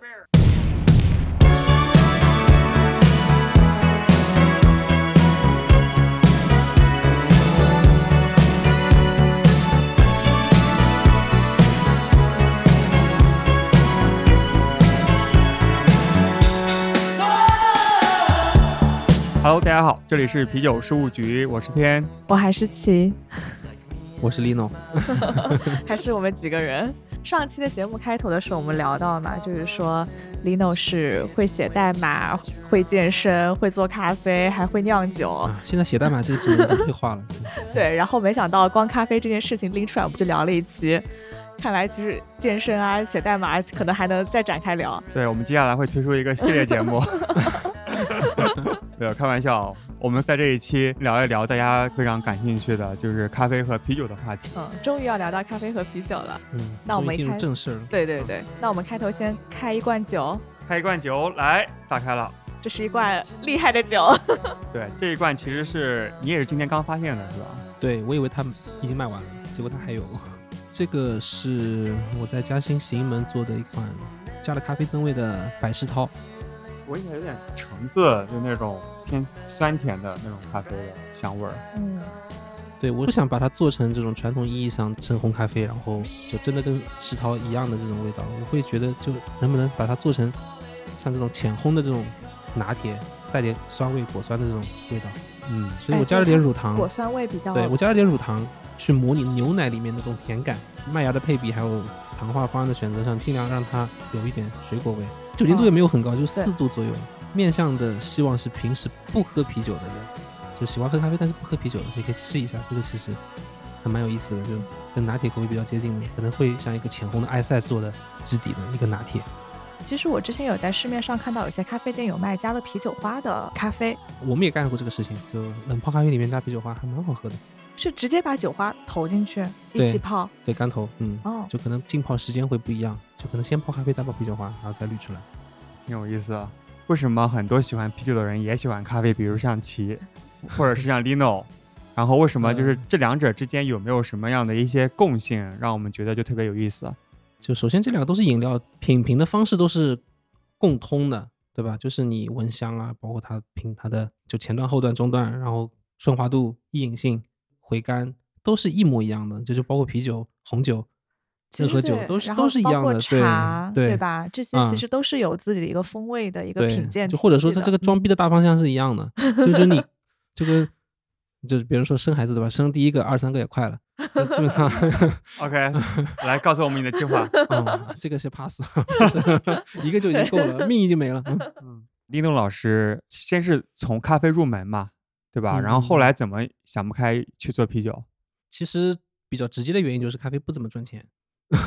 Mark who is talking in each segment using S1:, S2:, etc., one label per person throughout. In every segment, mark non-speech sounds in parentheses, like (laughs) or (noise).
S1: bear.
S2: Hello，大家好，这里是啤酒事务局，我是天。
S3: 我还
S4: 嗯
S3: 是齐，
S4: 我是 Lino，
S3: 还是我们几个人。上期的节目开头的时候，我们聊到嘛，就是说 Lino 是会写代码、会健身、会做咖啡，还会酿酒。
S4: 啊，现在写代码这个职能已经退化了。
S3: 对，然后没想到光咖啡这件事情拎出来，我们就聊了一期。看来其实健身啊、写代码可能还能再展开聊。
S2: 对，我们接下来会推出一个系列节目。 (laughs) 没有开玩笑，我们在这一期聊一聊大家非常感兴趣的，就是咖啡和啤酒的话题。
S3: 嗯，终于要聊到咖啡和啤酒了。
S4: 嗯，
S3: (laughs) 那我
S4: 终于
S3: 们
S4: 进入
S3: 开
S4: 正事了。
S3: 对对对，那我们开头先开一罐酒，
S2: 开一罐酒来，打开了。
S3: 这是一罐厉害的酒。
S2: 对，这一罐其实是你也是今天刚发现的，是吧？
S4: 对，我以为他已经卖完了，结果他还有。这个是我在嘉兴行门做的一款加了咖啡增味的百事涛，
S2: 我以为有点橙子，就那种偏酸甜的那种咖啡的香味儿。
S3: 嗯，
S4: 对我想把它做成这种传统意义上深红咖啡，然后就真的跟世涛一样的这种味道，我会觉得就能不能把它做成像这种浅烘的这种拿铁，带点酸味果酸的这种味道。
S2: 嗯，
S4: 所以
S5: 哎
S4: 我加了
S5: 对
S4: 点乳糖，
S5: 果酸味比较
S4: 对我加了点乳糖，去模拟牛奶里面的那种甜感，麦芽的配比还有糖化方案的选择上，尽量让它有一点水果味。
S5: 嗯
S4: 酒精度也没有很高，就四度左右。面向的希望是平时不喝啤酒的人，就喜欢喝咖啡但是不喝啤酒的，也可以试一下。这个其实还蛮有意思的，就跟拿铁口味比较接近的，可能会像一个浅红的埃塞做的基底的一个拿铁。
S3: 其实我之前有在市面上看到有些咖啡店有卖加了啤酒花的咖啡，
S4: 我们也干过这个事情，就冷泡咖啡里面加啤酒花，还蛮好喝的。
S3: 是直接把酒花投进去一
S4: 对
S3: 起泡。
S4: 对，干头，嗯，
S3: 哦，
S4: 就可能浸泡时间会不一样，就可能先泡咖啡，再泡啤酒花，然后再滤出来。
S2: 挺有意思的。为什么很多喜欢啤酒的人也喜欢咖啡？比如像齐，或者是 (laughs) 像 Lino，然后为什么就是
S4: 嗯
S2: 这两者之间有没有什么样的一些共性，让我们觉得就特别有意思？
S4: 就首先这两个都是饮料，品评的方式都是共通的，对吧？就是你闻香啊，包括它品它的就前段、后段、中段，然后顺滑度、易饮性、回甘都是一模一样的，这就包括啤酒、红酒、
S3: 其
S4: 任
S3: 实
S4: 何酒
S3: 对
S4: 都是
S3: 然
S4: 都
S3: 后
S4: 是一
S3: 包
S4: 样
S3: 括
S4: 的，
S3: 茶
S4: 对对？
S3: 吧？这些其
S4: 嗯
S3: 实都是有自己的一个风味的一个
S4: 对
S3: 品鉴体系的，嗯
S4: 就或者说它这个装逼的大方向是
S3: (laughs)
S4: 一样的，就是你就跟就是比如说生孩子对吧？生第一个、二三个也快了，就基本上
S2: OK，来 (laughs) 告诉我们你的计划。
S3: (laughs)
S4: 啊，这个是 pass，就是一个就已经够了，命已经没了。嗯
S3: (laughs)
S2: 嗯，Lino 老师先是从咖啡入门嘛，对吧？然后后
S4: 嗯
S2: 来怎么想不开去做啤酒？
S4: 其实比较直接的原因就是咖啡不怎么赚钱，
S3: 哦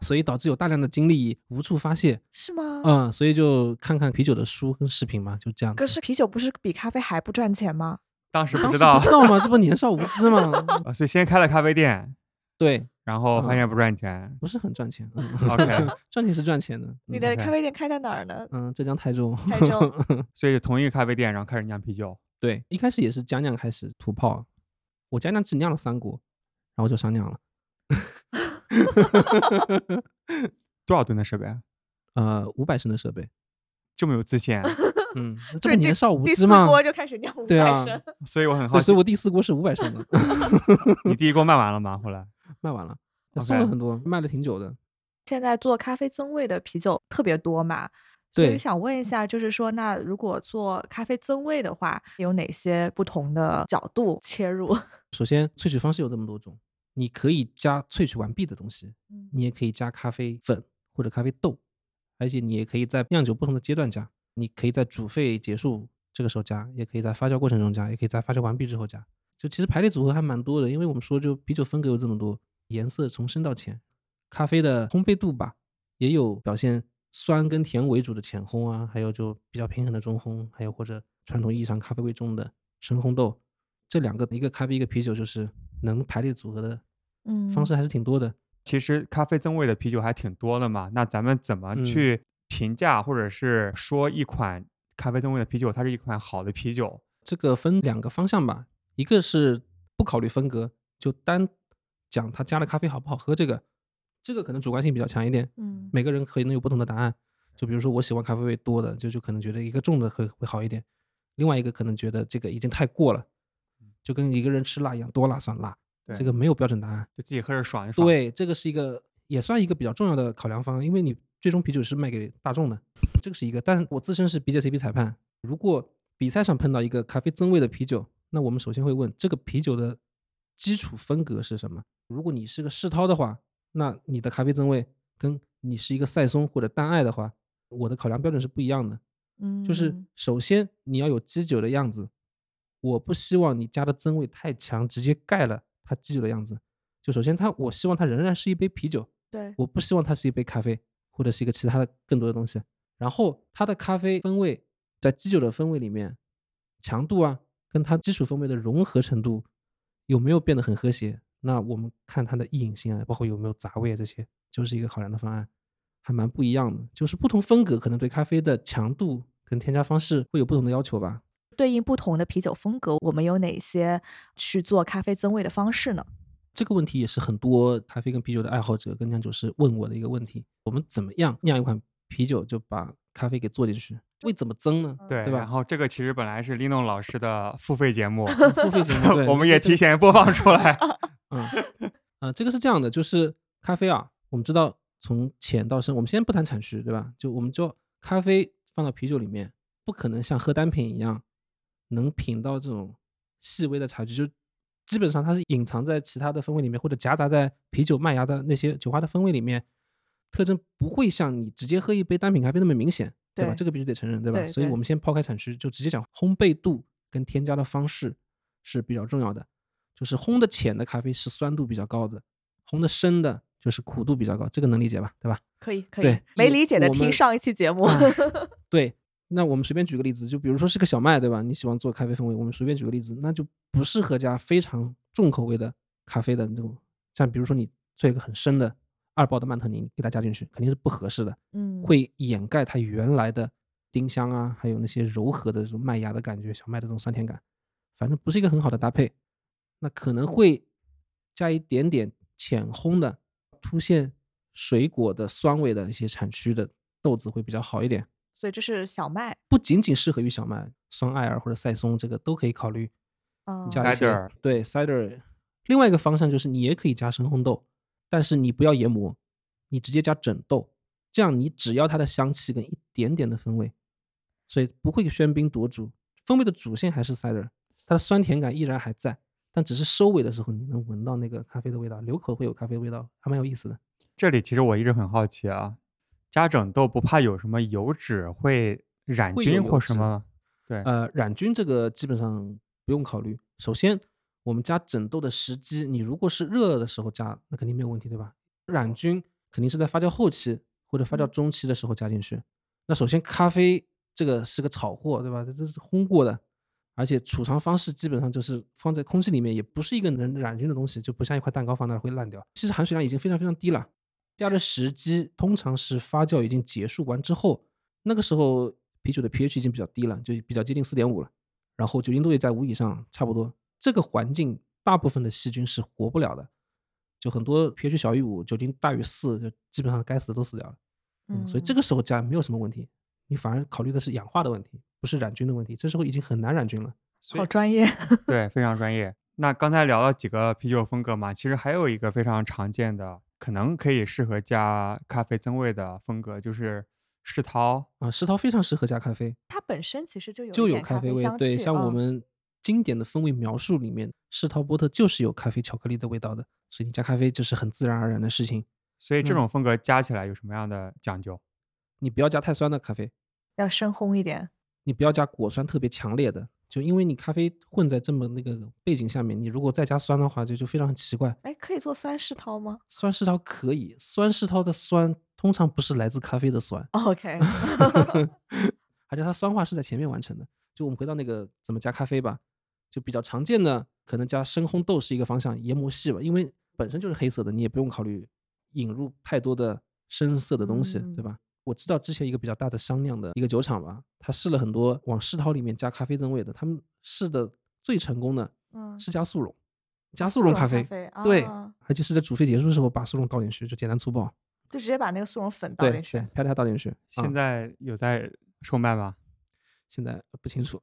S4: 所以导致有大量的精力无处发泄。
S3: 是吗？
S4: 嗯，所以就看看啤酒的书跟视频嘛，就这样子。
S3: 哦可是啤酒不是比咖啡还不赚钱
S4: 嗯
S3: 吗？
S2: 当时不
S4: 当
S2: 知
S4: 时
S2: 道，
S4: 不知，道
S3: (laughs)
S4: 嘛，这不年少无知嘛
S2: 啊所以先开了咖啡店，
S4: 对，
S2: 然后发
S4: 嗯
S2: 现不赚钱。
S4: 不是很赚钱。嗯
S2: OK，
S4: 赚钱是赚钱的。
S3: 你
S4: 嗯
S3: 的
S2: OK
S3: 咖啡店开在哪儿呢？
S4: 嗯，浙江台州。 (laughs)
S3: 台州
S2: 所以就同一个咖啡店，然后开始酿啤酒。
S4: 对，一开始也是加酿开始土炮，我加酿只酿了三锅，然后就上酿了。
S2: 多少吨的设备啊？
S4: 呃，五百升的设备，
S2: 这么有自 (laughs) 信啊，
S4: 嗯，
S3: 就
S4: 那这
S3: 是
S4: 不
S3: 第
S4: 年少无
S3: 第
S4: 知
S3: 四
S4: 嘛。
S3: 锅就开始酿五
S4: 对
S3: 百
S4: 啊
S3: 升，
S2: 所以我很好
S4: 对，
S2: 奇
S4: 所以，我第四锅是五百升的。 (laughs)
S2: 你第一锅卖完了吗？后来
S4: 卖完了，送
S2: OK
S4: 了很多，卖了挺久的。
S3: 现在做咖啡增味的啤酒特别多嘛，所以
S4: 对
S3: 想问一下，就是说，那如果做咖啡增味的话，有哪些不同的角度切入？ (laughs)
S4: 首先，萃取方式有这么多种，你可以加萃取完毕的东西，你也可以加咖啡粉或者咖啡豆，而且你也可以在酿酒不同的阶段加，你可以在煮沸结束这个时候加，也可以在发酵过程中加，也可以在发酵完毕之后加。就其实排列组合还蛮多的，因为我们说就啤酒风格有这么多，颜色从深到浅，咖啡的烘焙度吧，也有表现酸跟甜为主的浅烘啊，还有就比较平衡的中烘，还有或者传统意义上咖啡味重的深烘豆，这两个一个咖啡一个啤酒，就是能排列组合的
S3: 嗯
S4: 方式还是挺多的。
S2: 其实咖啡增味的啤酒还挺多的嘛。那咱们怎么
S4: 嗯
S2: 去评价或者是说一款咖啡增味的啤酒，它是一款好的啤酒？
S4: 这个分两个方向吧，一个是不考虑风格，就单讲它加了咖啡好不好喝，这个这个可能主观性比较强一点，
S3: 嗯
S4: 每个人可能有不同的答案。就比如说我喜欢咖啡味多的，就就可能觉得一个重的会会好一点，另外一个可能觉得这个已经太过了，就跟一个人吃辣一样，多辣算辣，
S2: 对
S4: 这个没有标准答案。
S2: 就自己喝着爽一爽。，
S4: 对，这个是一个也算一个比较重要的考量方案，因为你最终啤酒是卖给大众的，这个是一个。但我自身是 BJCP 裁判，如果比赛上碰到一个咖啡增味的啤酒，那我们首先会问这个啤酒的基础风格是什么。如果你是个世涛的话，那你的咖啡增味跟你是一个赛松或者淡艾的话，我的考量标准是不一样的。
S3: 嗯，
S4: 就是首先你要有基酒的样子，我不希望你加的增味太强，直接盖了它基酒的样子。就首先它，我希望它仍然是一杯啤酒，
S3: 对，
S4: 我不希望它是一杯咖啡或者是一个其他的更多的东西。然后它的咖啡风味在基酒的风味里面，强度啊跟它基础风味的融合程度有没有变得很和谐？那我们看它的易饮性啊，包括有没有杂味啊这些，就是一个考量的方案，还蛮不一样的。就是不同风格可能对咖啡的强度跟添加方式会有不同的要求吧。
S3: 对应不同的啤酒风格，我们有哪些去做咖啡增味的方式呢？
S4: 这个问题也是很多咖啡跟啤酒的爱好者跟酿酒师问我的一个问题：我们怎么样酿一款啤酒就把咖啡给做进去？为怎么增呢？
S2: 对，
S4: 对吧
S2: 然后这个其实本来是 Lino 老师的付费节
S4: (laughs)
S2: 目，
S4: 付费节目，对
S2: (laughs) 我们也提
S4: 醒
S2: 前播放出来。
S4: (laughs) 啊啊，这个是这样的，就是咖啡啊，我们知道从浅到深，我们先不谈产区，对吧？就我们就咖啡放到啤酒里面，不可能像喝单品一样能品到这种细微的差距，就基本上它是隐藏在其他的风味里面，或者夹杂在啤酒麦芽的那些酒花的风味里面，特征不会像你直接喝一杯单品咖啡那么明显，对吧？
S3: 对
S4: 这个必须得承认，对吧？
S3: 对
S4: 所以
S3: 对
S4: 我们先抛开产区，就直接讲烘焙度跟添加的方式是比较重要的。就是烘的浅的咖啡是酸度比较高的，烘的深的就是苦度比较高，这个能理解吧？对吧？
S3: 可以，可以
S4: 对，
S3: 没
S4: 有
S3: 理解的
S4: 我
S3: 听
S4: 们
S3: 上一期节目。
S4: 啊对，那我们随便举个例子，就比如说是个小麦，对吧？你喜欢做咖啡风味，我们随便举个例子，那就不适合加非常重口味的咖啡的那种，像比如说你做一个很深的二爆的曼特宁，给它加进去，肯定是不合适的，
S3: (laughs) 嗯，
S4: 会掩盖它原来的丁香啊，还有那些柔和的这种麦芽的感觉，小麦的这种酸甜感，反正不是一个很好的搭配。那可能会加一点点浅烘的，凸现水果的酸味的一些产区的豆子会比较好一点。
S3: 所以这是小麦
S4: 不仅仅适合于小麦，双艾尔或者赛松这个都可以考虑
S3: 啊，
S4: 你加一些
S2: Cider
S4: 对 cider。另外一个方向就是你也可以加深烘豆，但是你不要研磨，你直接加整豆，这样你只要它的香气跟一点点的风味，所以不会喧宾夺主，风味的主线还是 cider，它的酸甜感依然还在，但只是收尾的时候你能闻到那个咖啡的味道，流口会有咖啡味道，还蛮有意思的。
S2: 这里其实我一直很好奇啊，家整豆不怕有什么油脂会染
S4: 会有
S2: 菌
S4: 油
S2: 或什
S4: 脂
S2: 么吗？对，
S4: 呃，染菌这个基本上不用考虑。首先，我们加整豆的时机，你如果是热的时候加，那肯定没有问题，对吧？染菌肯定是在发酵后期或者发酵
S3: 嗯
S4: 中期的时候加进去。那首先，咖啡这个是个炒货，对吧？这这是烘过的，而且储藏方式基本上就是放在空气里面，也不是一个能染菌的东西，就不像一块蛋糕放那儿会烂掉。其实含水量已经非常非常低了。加的时机通常是发酵已经结束完之后，那个时候啤酒的 pH 已经比较低了，就比较接近四点五了，然后酒精度也在五以上，差不多。这个环境大部分的细菌是活不了的，就很多 pH 小于五，酒精大于四，就基本上该死的都死掉了。嗯，所以
S3: 嗯
S4: 这个时候加没有什么问题，你反而考虑的是氧化的问题，不是染菌的问题。这时候已经很难染菌了。
S3: 好专业。
S2: 对，非常专业。那刚才聊了几个啤酒风格嘛，其实还有一个非常常见的，可能可以适合加咖啡增味的风格，就是世涛。
S4: 啊，世涛非常适合加咖啡，
S3: 它本身其实就有
S4: 就
S3: 一
S4: 有
S3: 点
S4: 咖
S3: 啡
S4: 味
S3: 香。
S4: 对，
S3: 气，
S4: 像我
S3: 嗯
S4: 们经典的风味描述里面，世涛波特就是有咖啡巧克力的味道的，所以你加咖啡就是很自然而然的事情。
S2: 所以这
S4: 嗯
S2: 种风格加起来有什么样的讲究？
S4: 你不要加太酸的咖啡，
S3: 要深烘一点。
S4: 你不要加果酸特别强烈的，就因为你咖啡混在这么那个背景下面，你如果再加酸的话，就就非常奇怪。
S3: 哎，可以做酸世涛吗
S4: 酸世涛可以，酸世涛的酸通常不是来自咖啡的酸，
S3: (laughs)
S4: (laughs)
S3: ？OK，
S4: 而且它酸化是在前面完成的。就我们回到那个怎么加咖啡吧，就比较常见的可能加深烘豆是一个方向，研磨细吧，因为本身就是黑色的，你也不用考虑引入太多的深色的东西，
S3: 嗯
S4: 对吧？我知道之前一个比较大的商酿的一个酒厂吧，他试了很多往世涛里面加咖啡增味的，他们试的最成功的
S3: 嗯，
S4: 是加速溶，加
S3: 加
S4: 速
S3: 溶
S4: 溶咖啡，
S3: 啡，
S4: 对
S3: 啊，
S4: 而且是在煮沸结束的时候把速溶倒进去，就简单粗暴。
S3: 就直接把那个速溶粉倒
S4: 对
S3: 进
S4: 对
S3: 去。，
S4: 啪嗒倒进去。
S2: 现
S4: 啊
S2: 在有在售卖吗？
S4: 现在不
S3: (laughs)
S4: 清楚，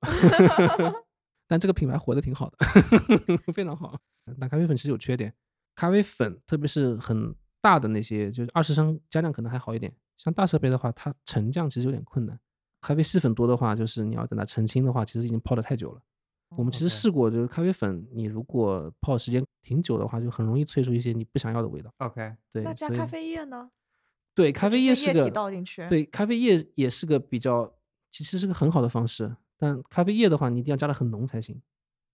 S4: (laughs) 但这个品牌活得挺好的， (laughs) 非常好。但咖啡粉其实有缺点，咖啡粉特别是很大的那些，就是二十升加量可能还好一点，像大设备的话，它沉降其实有点困难。咖啡细粉多的话，就是你要等它澄清的话，其实已经泡得太久了。我
S3: 哦
S4: 们其实
S2: OK
S4: 试过，就是咖啡粉，你如果泡时间挺久的话，就很容易萃出一些你不想要的味道。
S2: OK，
S4: 对，
S3: 那加
S4: 所以
S3: 咖啡液呢？
S4: 对咖
S3: 就
S4: 啡
S3: 直接
S4: 液是
S3: 液
S4: 个
S3: 体倒进去
S4: 对，咖啡液也是个比较，其实是个很好的方式。但咖啡液的话，你一定要加的很浓才行。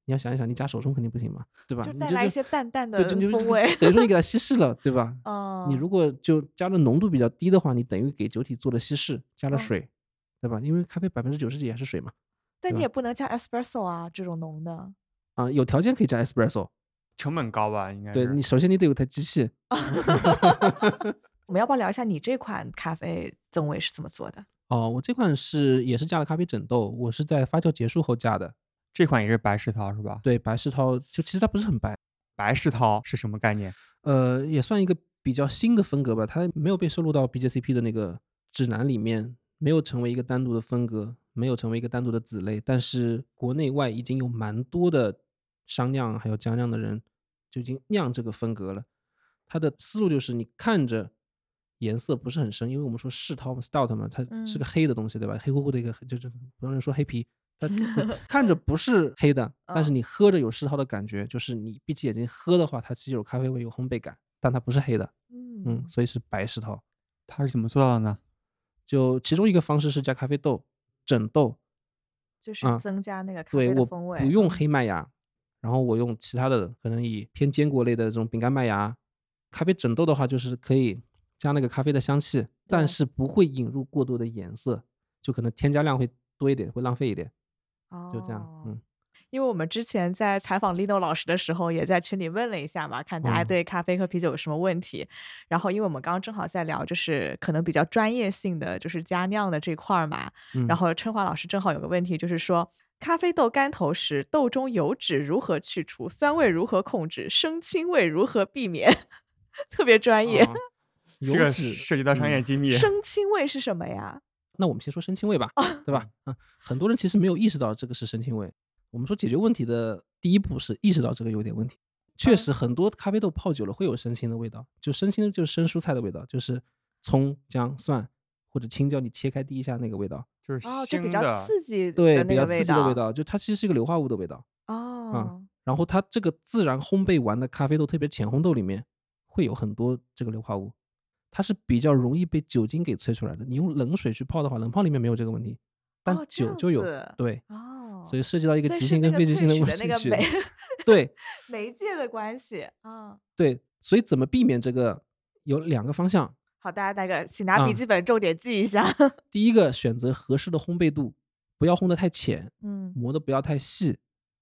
S4: 你要想一想，你加手冲肯定不行嘛，对吧？
S3: 就
S4: 你
S3: 带
S4: 就
S3: 来
S4: 是
S3: 一些淡淡
S4: 对
S3: 的
S4: 就你就
S3: 风味
S4: 等于说你给
S3: (laughs)
S4: 它稀释了，对吧？
S3: 嗯，
S4: 你如果就加的浓度比较低的话，你等于给酒体做了稀释，加了
S3: 嗯
S4: 水，对吧？因为咖啡百分之九十几也是水嘛。
S3: 但
S4: 对
S3: 你
S4: 吧
S3: 也不能加 espresso 啊这种浓的。
S4: 啊、有条件可以加 espresso，
S2: 成本高吧？应该
S4: 对
S2: 是
S4: 你首先你得有台机器，
S3: 我们要不要聊一下你这款咖啡增味是怎么做的？
S4: 哦，我这款是也是加了咖啡枕豆，我是在发酵结束后加的。
S2: 这款也是白世涛是吧？
S4: 对，白世涛就其实它不是很白，
S2: 白世涛是什么概念？
S4: 呃，也算一个比较新的风格吧，它没有被收录到 BJCP 的那个指南里面，没有成为一个单独的风格，没有成为一个单独的子类，但是国内外已经有蛮多的商酿还有浆酿的人就已经酿这个风格了。它的思路就是你看着颜色不是很深，因为我们说世涛嘛，stout 嘛，它是个
S3: 嗯
S4: 黑的东西，对吧？黑乎乎的一个，就是不让人说黑啤，它看着不是黑的，但是
S3: 嗯
S4: 你喝着有世涛的感觉，就是你闭起眼睛喝的话，它其实有咖啡味、有烘焙感，但它不是黑的，嗯，
S3: 嗯
S4: 所以是白世涛。
S2: 它是怎么做到的呢？
S4: 就其中一个方式是加咖啡豆、枕豆，
S3: 就是
S4: 啊
S3: 增加那个咖
S4: 对
S3: 啡
S4: 我
S3: 的风味。嗯
S4: 不用黑麦芽，然后我用其他的，可能以偏坚果类的这种饼干麦芽。咖啡枕豆的话，就是可以加那个咖啡的香气，但
S3: 对
S4: 是不会引入过多的颜色，就可能添加量会多一点，会浪费一点，
S3: 哦，
S4: 就这样，嗯。
S3: 因为我们之前在采访 Lino 老师的时候，也在群里问了一下嘛，看大家
S4: 嗯
S3: 对咖啡和啤酒有什么问题。然后，因为我们刚刚正好在聊，就是可能比较专业性的，就是加酿的这块儿嘛。
S4: 嗯
S3: 然后，春华老师正好有个问题，就是说咖啡豆干头时，豆中油脂如何去除，酸味如何控制，生青味如何避免， (laughs) 特别专
S4: 哦
S3: 业。 (laughs)
S2: 啊这
S4: 油
S2: 个
S4: 脂
S2: 涉及到商
S4: 嗯
S2: 业机密。
S3: 生青味是什么呀？
S4: 那我们先说生青味吧，
S3: 哦
S4: 对吧？啊，很多人其实没有意识到这个是生青味。我们说解决问题的第一步是意识到这个有点问题。确
S3: 嗯
S4: 实，很多咖啡豆泡久了会有生青的味道，就生青就是生蔬菜的味道，就是葱、姜、蒜或者青椒，你切开第一下那个味道，
S2: 就是
S3: 哦，这
S2: 腥
S3: 比
S2: 的
S3: 较刺激
S4: 对，
S3: 的
S4: 比
S3: 那
S4: 较
S3: 个
S4: 刺激的味道，就它其实是一个硫化物的味道。
S3: 哦。
S4: 然后它这个自然烘焙完的咖啡豆，特别浅烘豆里面会有很多这个硫化物，它是比较容易被酒精给萃出来的。你用冷水去泡的话，冷泡里面没有这个问题，但
S3: 哦这
S4: 酒
S3: 样
S4: 就有。
S3: 子
S4: 对，
S3: 哦，
S4: 所以涉及到一个
S3: 所以
S4: 极
S3: 是
S4: 性
S3: 那
S4: 跟
S3: 个
S4: 非极
S3: 萃
S4: 性的
S3: 取
S4: 问
S3: 的
S4: 题
S3: 那个
S4: 去
S3: 酶
S4: 对
S3: (laughs) 媒介的关系啊。
S4: 对，所以怎么避免这个有两个方向。
S3: 好，大家那个，请拿笔
S4: 嗯
S3: 记本重点记一下。 (laughs)
S4: 第一个，选择合适的烘焙度，不要烘得太浅，
S3: 嗯
S4: 磨的不要太细，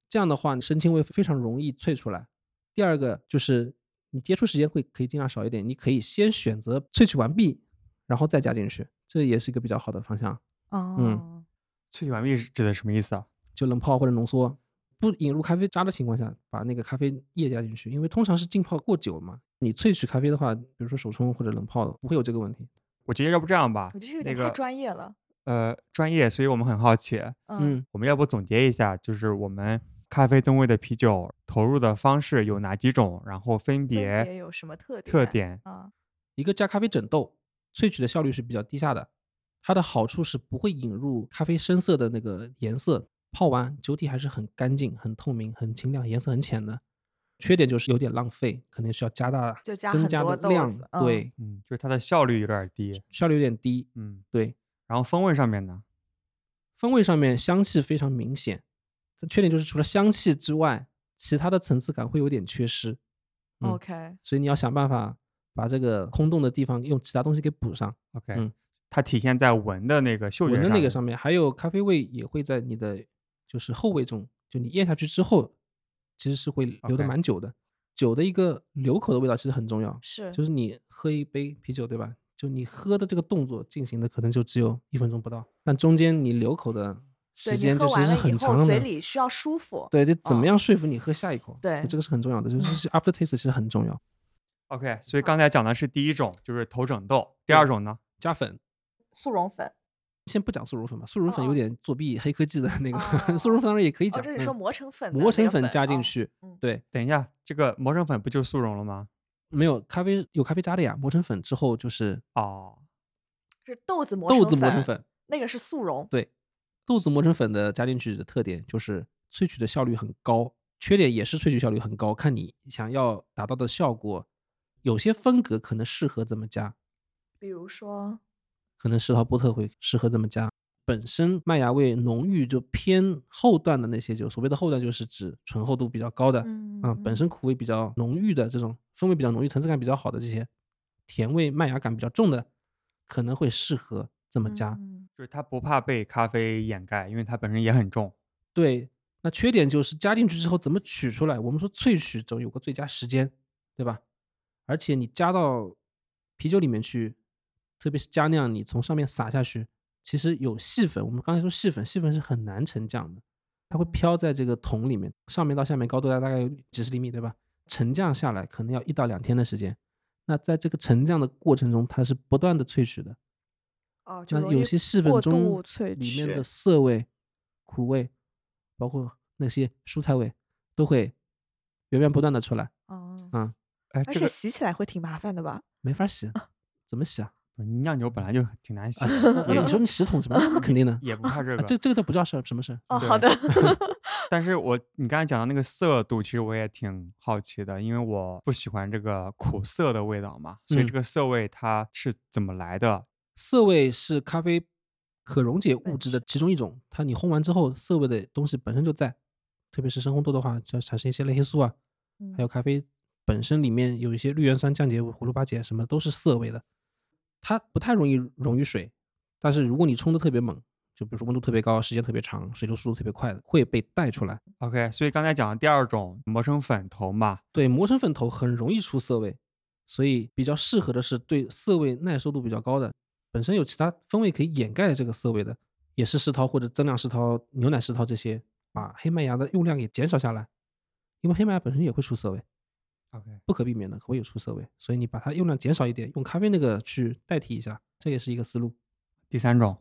S4: 这样的话你生青味非常容易萃出来。第二个就是你接触时间会可以尽量少一点，你可以先选择萃取完毕，然后再加进去，这也是一个比较好的方向。嗯
S3: 哦，
S2: 萃取完毕是指的什么意思啊？
S4: 就冷泡或者浓缩，不引入咖啡渣的情况下，把那个咖啡液加进去，因为通常是浸泡过久嘛。你萃取咖啡的话，比如说手冲或者冷泡，不会有这个问题。
S2: 我觉得要不这样吧
S3: 我，觉得这有
S2: 那
S3: 点太
S2: 个
S3: 专业了。
S2: 呃，专业，所以我们很好奇，
S4: 嗯，
S2: 我们要不总结一下，就是我们咖啡增味的啤酒投入的方式有哪几种，然后分
S3: 分别
S2: 别
S3: 有什么特
S2: 特
S3: 点
S2: 点
S3: 啊？
S4: 一个加咖啡枕豆，萃取的效率是比较低下的，它的好处是不会引入咖啡深色的那个颜色，泡完酒体还是很干净、很透明、很清亮，颜色很浅的。缺点就是有点浪费，可能需要加大
S3: 就加
S4: 增
S3: 很
S4: 加
S3: 多
S4: 的
S3: 豆
S4: 量
S3: 子，嗯
S4: 对，
S2: 嗯，就是它的效率有点儿低，
S4: 效率有点低，
S2: 嗯，
S4: 对。
S2: 然后风味上面呢，
S4: 风味上面香气非常明显，但缺点就是除了香气之外，其他的层次感会有点缺失，嗯
S3: OK，
S4: 所以你要想办法把这个空洞的地方用其他东西给补上。
S2: ，OK，、
S4: 嗯
S2: 它体现在闻的那个嗅觉
S4: 闻的那个
S2: 面
S4: 上面，还有咖啡味也会在你的就是后味中，就你咽下去之后，其实是会
S3: 哦
S4: 留的
S2: OK
S4: 蛮久的。酒的一个流口的味道其实很重要，
S3: 是
S4: 就是你喝一杯啤酒，对吧？就你喝的这个动作进行的可能就只有一分钟不到，但中间你流口的
S3: 对
S4: 时
S3: 你
S4: 间
S3: 喝
S4: 就其
S3: 完
S4: 实是
S3: 了以
S4: 很长
S3: 后，
S4: 的。
S3: 嘴里需要舒服。
S4: 对，就怎么
S3: 嗯
S4: 样说服你喝下一口？
S3: 对
S4: 这个是很重要的，就是 after taste 其实很重要。
S2: OK，所以刚才讲的是第一种，就是头整豆。第二种呢？
S4: 加粉。
S3: 速溶粉。
S4: 先不讲速溶粉吧，速溶粉有
S3: 哦
S4: 点作弊黑科技的那个，
S3: 哦
S4: 速溶粉当然也可以
S3: 哦，
S4: 讲，
S3: 这是说
S4: 嗯
S3: 磨成粉的那个，
S4: 磨成粉加进
S3: 哦。
S4: 去，
S3: 嗯
S4: 对，
S2: 等一下，这个磨成粉不就是速溶了吗？
S4: 没有咖啡有咖啡渣的呀，磨成粉之后就是
S2: 哦，
S3: 是豆子磨
S4: 豆子磨成，粉，
S3: 那个是速溶。
S4: 对，豆子磨成粉的加进去的特点就是萃取的效率很高，缺点也是萃取效率很高，看你想要达到的效果，有些风格可能适合这么加，
S3: 比如说，
S4: 可能石涛波特会适合这么加。本身麦芽味浓郁就偏后段的那些酒，所谓的后段就是指醇厚度比较高的，
S3: 嗯
S4: 啊，本身苦味比较浓郁的这种风味比较浓郁、层次感比较好的这些，甜味、麦芽感比较重的，可能会适合这么加。
S3: 嗯
S2: 就是它不怕被咖啡掩盖，因为它本身也很重。
S4: 对，那缺点就是加进去之后怎么取出来？我们说萃取总有个最佳时间，对吧？而且你加到啤酒里面去，特别是佳酿，你从上面撒下去，其实有细粉。我们刚才说细粉，细粉是很难沉降的，它会飘在这个桶里面，上面到下面高度大概有几十厘米，对吧？沉降下来可能要一到两天的时间。那在这个沉降的过程中，它是不断的萃取的，
S3: 哦，就
S4: 那
S3: 容
S4: 有
S3: 易
S4: 些细粉
S3: 过
S4: 中
S3: 度萃
S4: 里
S3: 取
S4: 面的涩味、苦味，包括那些蔬菜味，都会源源不断的出来，
S3: 哦，
S4: 啊、
S2: 哎，
S3: 而
S2: 这
S3: 且
S2: 个
S3: 洗起来会挺麻烦的吧？
S4: 没法洗，怎么
S3: (laughs)
S4: 洗啊？
S2: 不是酿酒本来就挺难洗
S4: 啊，洗
S2: 的，也
S4: 你说你洗桶什么？
S3: (laughs)
S4: 那肯定的，
S2: 也不怕这
S4: 啊
S2: 个。
S4: 这这个倒不叫事儿，什么事儿？
S3: 哦，
S2: 对
S3: 好
S4: (laughs)
S3: 的，
S2: 但是我你刚才讲到那个涩度，其实我也挺好奇的，因为我不喜欢这个苦涩的味道嘛，所以
S4: 嗯
S2: 这个涩味它是怎么来的？
S4: 涩味是咖啡可溶解物质的其中一种，它你烘完之后，涩味的东西本身就在，特别是深烘豆的话，就产生一些类黑素啊，还
S3: 嗯
S4: 有咖啡本身里面有一些绿原酸、降解物、葫芦巴结什么都是涩味的，它不太容易溶于水，但是如果你冲的特别猛，就比如说温度特别高、时间特别长、水流速度特别快的，会被带出来。
S2: OK，所以刚才讲的第二种磨成粉头嘛，
S4: 对，磨成粉头很容易出涩味，所以比较适合的是对涩味耐受度比较高的，本身有其他风味可以掩盖这个涩味的，也是世涛或者增量世涛、牛奶世涛这些，把黑麦芽的用量给减少下来，因为黑麦芽本身也会出涩味。
S2: ，OK，
S4: 不可避免的会有出涩味，所以你把它用量减少一点，用咖啡那个去代替一下，这也是一个思路。
S2: 第三种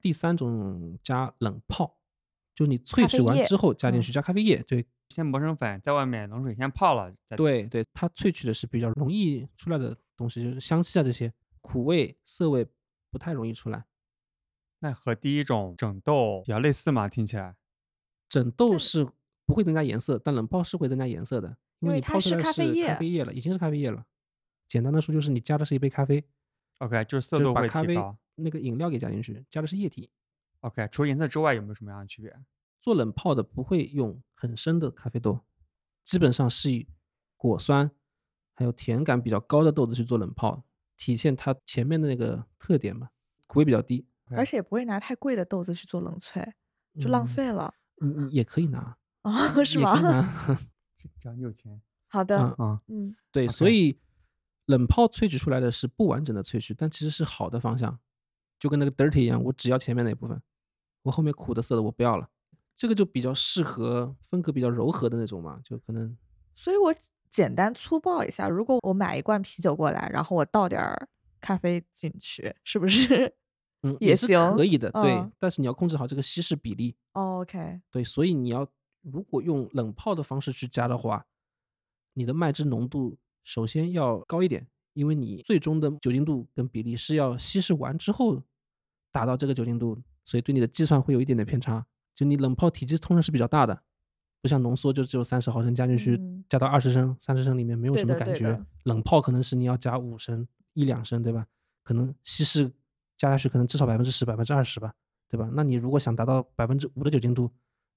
S4: 第三种加冷泡，就你
S3: 咖
S4: 萃
S3: 啡
S4: 取完
S3: 液
S4: 之后加进
S3: 嗯
S4: 去，加咖啡液，对
S2: 先磨成粉，在外面冷水先泡了，再
S4: 对对，它萃取的是比较容易出来的东西，就是香气啊这些苦味、涩味不太容易出来。
S2: 那和第一种整豆比较类似嘛，听起来。
S4: 整豆
S3: 但
S4: 是不会增加颜色，但冷泡是会增加颜色的，
S3: 因
S4: 因
S3: 为
S4: 为你
S3: 它
S4: 泡出
S3: 是
S4: 来
S3: 咖
S4: 是
S3: 啡液
S4: 咖啡液了，已经是咖啡液了。简单的说就是你加的是一杯咖啡，
S2: OK，就是
S4: 就
S2: 涩
S4: 是
S2: 度
S4: 把
S2: 会
S4: 咖
S2: 提
S4: 啡
S2: 高。
S4: 那个饮料给加进去，加的是液体。
S2: OK，除了颜色之外有没有什么样的区别？
S4: 做冷泡的不会用很深的咖啡豆，基本上是以果酸还有甜感比较高的豆子去做冷泡，体现它前面的那个特点嘛，苦味比较低，
S3: 而且也不会拿太贵的豆子去做冷萃，就浪
S4: 嗯。
S3: 费了
S4: 嗯，也可
S3: (laughs)
S4: 以拿，
S3: 啊，是
S4: 也可
S3: 吗？
S4: 以拿 (laughs)
S2: 只只要你有钱
S3: 好的
S4: 啊，
S2: 啊、
S3: 嗯，
S4: 对
S2: OK
S4: 所以冷泡萃取出来的是不完整的萃取，但其实是好的方向，就跟那个 dirty 一样，我只要前面那部分，我后面苦的涩的我不要了，这个就比较适合风格比较柔和的那种嘛，就可能
S3: 所以我简单粗暴一下，如果我买一罐啤酒过来，然后我倒点儿咖啡进去，是不 (laughs) 是
S4: 嗯
S3: 也
S4: 是
S3: 行
S4: 可以的，对
S3: 嗯，
S4: 但是你要控制好这个稀释比例，
S3: 哦？OK，
S4: 对，所以你要如果用冷泡的方式去加的话，你的麦汁浓度首先要高一点，因为你最终的酒精度跟比例是要稀释完之后达到这个酒精度，所以对你的计算会有一点点偏差。就你冷泡体积通常是比较大的，不像浓缩就只有三十毫升加进去，
S3: 嗯
S4: 加到二十升、三十升里面没有
S3: 对
S4: 什么
S3: 的
S4: 感
S3: 对
S4: 觉。
S3: 的
S4: 冷泡可能是你要加五升、一两升，对吧？可能稀释加下去可能至少百分之十、百分之二十吧，对吧？那你如果想达到百分之五的酒精度，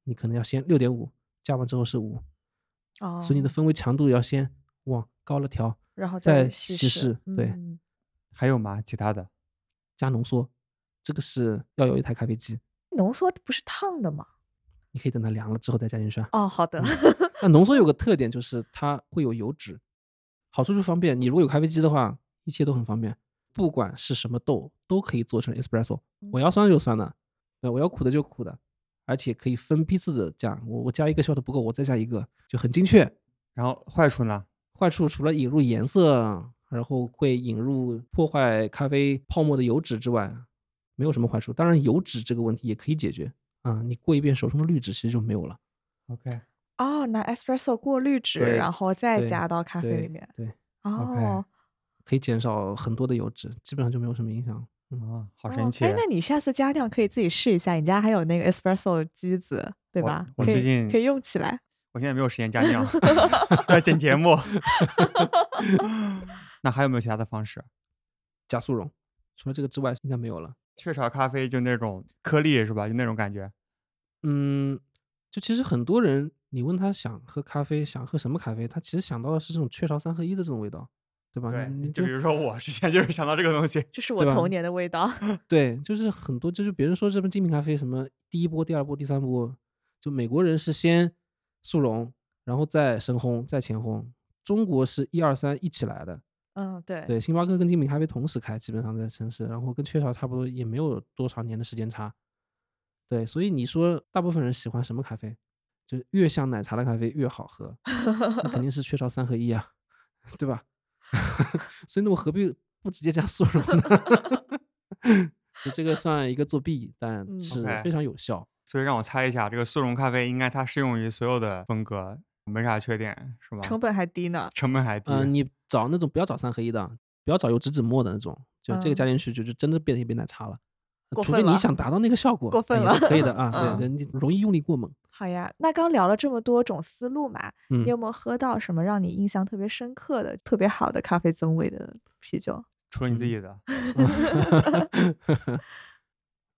S4: 你可能要先六点五，加完之后是五，
S3: 哦，
S4: 所以你的风味强度要先往高了调，
S3: 然后
S4: 再
S3: 稀
S4: 稀释对
S3: 嗯
S2: 还有吗？其他的？
S4: 加浓缩，这个是要有一台咖啡机，
S3: 浓缩不是烫的吗？
S4: 你可以等它凉了之后再加进去
S3: (laughs)
S4: 啊。
S3: 哦，好的，
S4: 那浓缩有个特点就是它会有油脂，好处就方便。你如果有咖啡机的话，一切都很方便，不管是什么豆都可以做成 espresso。我要酸就酸的，对，我要苦的就苦的，而且可以分批次的加。我我加一个效的不够，我再加一个，就很精确。
S2: 然后坏处呢？
S4: 坏处除了引入颜色，然后会引入破坏咖啡泡沫的油脂之外，没有什么坏处。当然，油脂这个问题也可以解决啊，你过一遍手冲的滤纸其实就没有了。
S2: OK，
S3: 哦，拿 espresso 过滤纸，
S4: 对
S3: 然后再
S4: 对
S3: 加到咖啡
S4: 对
S3: 里面。
S4: 对，
S3: 哦，
S4: 可以减少很多的油脂，基本上就没有什么影响。嗯，
S2: 啊，好
S3: 哦
S2: 神奇
S3: 哎，。那你下次加量可以自己试一下，你家还有那个 espresso 机子，对
S2: 我
S3: 吧？
S2: 我
S3: 可
S2: 最
S3: 以
S2: 近
S3: 可以用起来。
S2: 我现在没有时间加 (laughs) 酿，要剪节目。 (laughs) 那还有没有其他的方式？
S4: 加速溶，除了这个之外应该没有了。
S2: 雀巢咖啡就那种颗粒是吧？就那种感觉。
S4: 嗯，就其实很多人，你问他想喝咖啡，想喝什么咖啡，他其实想到的是这种雀巢三合一的这种味道，对吧？
S2: 对
S4: 你，
S2: 就比如说我之前就是想到这个东西。
S3: 这是我
S4: 对吧
S3: 童年的味 (laughs) 道。
S4: 对，就是很多就是别人说这杯精品咖啡什么第一波、第二波、第三波，就美国人是先速溶，然后再深烘，再前烘。中国是一二三一起来的，
S3: 嗯，对，
S4: 对，星巴克跟精品咖啡同时开，基本上在城市，然后跟雀巢差不多，也没有多少年的时间差。对，所以你说大部分人喜欢什么咖啡？就越像奶茶的咖啡越好喝，那肯定是雀巢三合一啊， (laughs) 对吧？所以那我何必不直接加速溶呢？ (laughs) 就这个算一个作弊，但
S3: 嗯
S4: 是
S2: OK
S4: 非常有效。
S2: 所以让我猜一下，这个速溶咖啡应该它适用于所有的风格，没啥缺点是吧？
S3: 成本还低呢。
S2: 成本还低。
S4: 嗯、你找那种不要找三合一的，不要找有植脂末的那种，就这
S3: 嗯
S4: 个加进去就就真的变成一杯奶茶了。
S3: 过
S4: 除
S3: 分
S4: 非你
S3: 了
S4: 想达到那个效果，
S3: 过分
S4: 哎也是
S3: 了
S4: 可以的啊。
S3: 嗯
S4: 对，对你容易用力过猛。
S3: 好呀，那刚聊了这么多种思路嘛，
S4: 嗯
S3: 你
S4: (laughs)
S3: 有没有喝到什么让你印象特别深刻的、特别好的咖啡增味的啤酒？
S2: 除了你自
S4: 嗯
S2: 己的，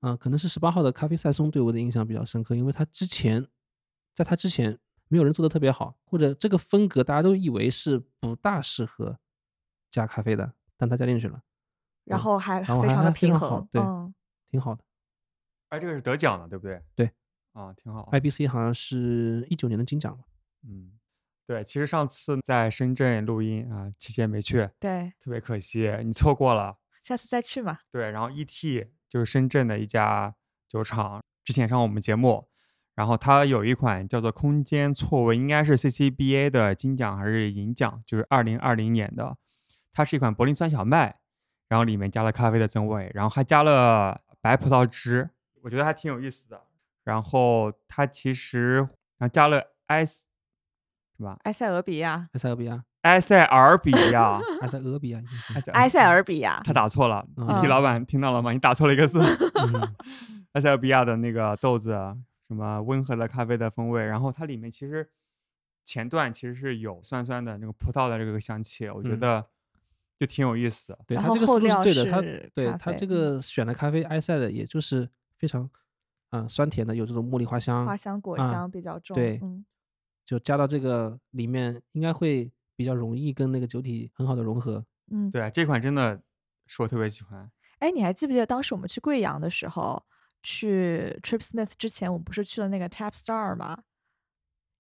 S4: 啊，可能是十八号的咖啡赛松对我的印象比较深刻，因为它之前，在它之前没有人做的特别好，或者这个风格大家都以为是不大适合加咖啡的，但它加进去了，
S3: 然
S4: 嗯
S3: 后还
S4: 然后
S3: 非
S4: 还
S3: 常的
S4: 还非
S3: 平
S4: 常好
S3: 衡，
S4: 对
S3: 嗯，
S4: 挺好的。
S2: 哎，这个是得奖的，对不对？
S4: 对。哎
S2: 啊，挺好。
S4: IBC 好像是一九年的金奖吧，
S2: 嗯，对，其实上次在深圳录音啊，期间没去，
S3: 对，
S2: 特别可惜，你错过了。
S3: 下次再去嘛。
S2: 对，然后 ET 就是深圳的一家酒厂，之前上过我们节目，然后它有一款叫做“空间错位”，应该是 CCBA 的金奖还是银奖，就是二零二零年的。它是一款柏林酸小麦，然后里面加了咖啡的增味，然后还加了白葡萄汁，我觉得还挺有意思的。然后它其实然后加了埃斯什么
S3: 埃塞俄比亚，
S4: 埃塞俄比亚，
S2: 埃塞俄比亚，
S4: 埃塞俄比亚应该是，
S2: 埃塞
S3: 埃塞俄比亚， (laughs)
S2: 他打错了，
S4: 嗯
S2: 你替老板听到了吗？你打错了一个字。
S3: (laughs)
S4: 嗯
S2: 埃塞俄比亚的那个豆子，啊什么温和的咖啡的风味，然后它里面其实前段其实是有酸酸的那个葡萄的这个香气，我觉
S4: 嗯
S2: 得就挺有意思的。
S4: 对
S3: 然
S4: 他
S3: 后
S4: 这个
S3: 后
S4: 思路
S3: 料
S4: 是对的，他
S3: 是
S4: 对
S3: 咖
S4: 他
S3: 啡嗯
S4: 这个选的咖啡埃塞的，也就是非常啊、呃酸甜的，有这种茉莉花香，
S3: 花香果
S4: 啊
S3: 香比较重，
S4: 对
S3: 嗯，
S4: 就加到这个里面，应该会比较容易跟那个酒体很好的融合。
S3: 嗯，
S2: 对啊这款真的是我特别喜欢。
S3: 哎，你还记不记得当时我们去贵阳的时候，去 Trip Smith 之前，我们不是去了那个 Tap Star 吗？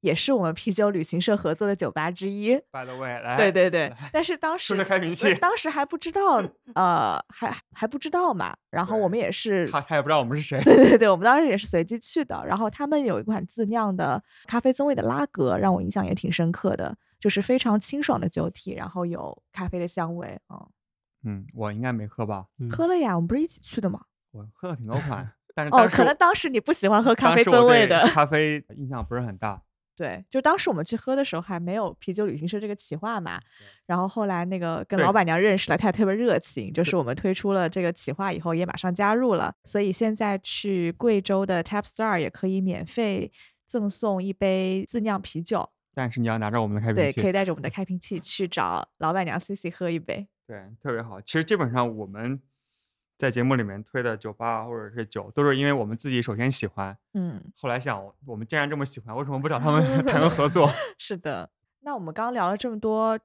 S3: 也是我们啤酒旅行社合作的酒吧之一。
S2: By the way，来，
S3: 对
S2: (laughs)
S3: 对对
S2: 来，
S3: 但是当时
S2: 哎说着开瓶器
S3: 呃当时还不知
S2: (laughs)
S3: 道，呃，还还不知道嘛。然后我
S2: 对
S3: 们也是
S2: 他他也不知道我们是
S3: (laughs)
S2: 谁。
S3: 对对对，我们当时也是随机去的。然后他们有一款自酿的咖啡增味的拉格，让我印象也挺深刻的，就是非常清爽的酒体，然后有咖啡的香味。嗯，
S2: 嗯，我应该没喝吧？
S4: 嗯
S3: 喝了呀，我们不是一起去的吗？
S2: 我喝了挺多
S3: (laughs)
S2: 款，嗯但是
S3: 哦，
S2: 当时
S3: 可
S2: 我
S3: 能当时你不喜欢喝咖
S2: 当
S3: 啡
S2: 时我
S3: 增
S2: 对
S3: 味的，
S2: 咖啡印象不是很
S3: (laughs)
S2: 大。
S3: 对，就当时我们去喝的时候还没有啤酒旅行社这个企划嘛，然后后来那个跟
S2: 对
S3: 老板娘认识了，她也特别热情，就是我们推出了这个企划以后也马上加入了，所以现在去贵州的 Tap Star 也可以免费赠送一杯自酿啤酒，
S2: 但是你要拿着我们的开瓶
S3: 对，
S2: 器，嗯
S3: 可以带着我们的开瓶器去找老板娘 Cici 喝一杯。
S2: 对，特别好。其实基本上我们在节目里面推的酒吧啊或者是酒，都是因为我们自己首先喜欢，
S3: 嗯，
S2: 后来想我们既然这么喜欢，为什么不找他
S3: (laughs)
S2: 们谈个合作？
S3: 是的。那我们刚聊了这么多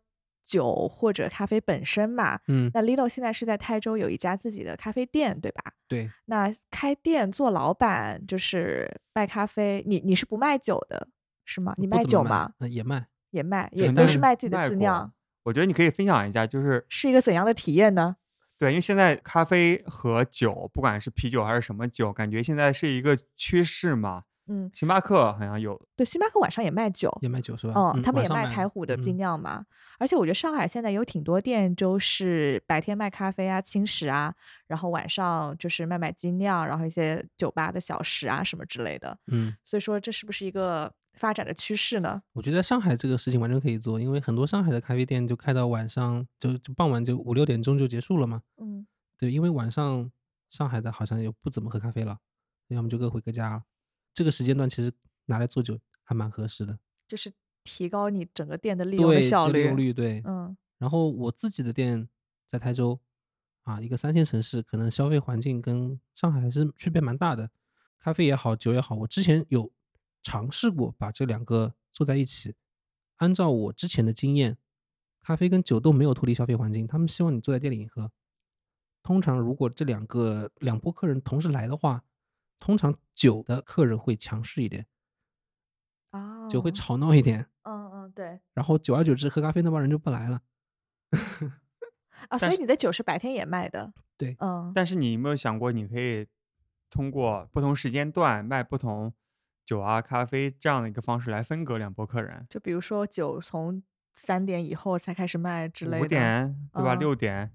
S3: 酒或者咖啡本身嘛，
S4: 嗯，
S3: 那 Lido 现在是在台州有一家自己的咖啡店，对吧？
S4: 对，
S3: 那开店做老板就是卖咖啡，你你是不卖酒的是吗？你
S4: 不
S3: 卖
S4: 怎么
S3: 酒
S4: 卖
S3: 吗？？
S4: 呃也卖。
S3: 也卖，
S2: 曾 (laughs)
S3: 也都是
S4: 经
S3: 卖自己的
S2: 卖
S3: 自
S2: 过
S3: 酿，
S2: 我觉得你可以分享一下，就是
S3: 是一个怎样的体验呢？
S2: 对，因为现在咖啡和酒，不管是啤酒还是什么酒，感觉现在是一个趋势嘛。
S3: 嗯，
S2: 星巴克好像有，
S3: 对，星巴克晚上也卖酒，
S4: 也卖酒是吧？
S3: 嗯，他们也
S4: 晚上
S3: 卖
S4: 卖
S3: 台虎的精
S4: 嗯
S3: 酿嘛。而且我觉得上海现在有挺多店，就是白天卖咖啡啊、轻食啊，然后晚上就是卖卖精酿，然后一些酒吧的小食啊什么之类的。
S4: 嗯，
S3: 所以说，这是不是一个发展的趋势呢？
S4: 我觉得上海这个事情完全可以做，因为很多上海的咖啡店就开到晚上，就就傍晚就五六点钟就结束了嘛。
S3: 嗯，
S4: 对，因为晚上上海的好像也不怎么喝咖啡了，要么就各回各家了。这个时间段其实拿来做酒还蛮合适的，
S3: 就是提高你整个店的利用
S4: 对
S3: 的效
S4: 就利
S3: 率。
S4: 用率对。
S3: 嗯
S4: 然后我自己的店在台州，啊，一个三线城市，可能消费环境跟上海还是区别蛮大的。咖啡也好，酒也好，我之前有尝试过把这两个做在一起。按照我之前的经验，咖啡跟酒都没有脱离消费环境，他们希望你坐在店里喝。通常如果这两个两波客人同时来的话，通常酒的客人会强势一点，
S3: 啊，
S4: 酒会吵闹一点，
S3: 嗯嗯，对
S4: 然后久而久之喝咖啡那帮人就不来了。
S3: 啊，所以你的酒是白天也卖的。
S4: 对
S3: 嗯，
S2: 但是你有没有想过，你可以通过不同时间段卖不同酒啊、咖啡这样的一个方式来分隔两拨客人？
S3: 就比如说酒从三点以后才开始卖之类的。
S2: 五点对吧？
S3: 嗯
S2: 六点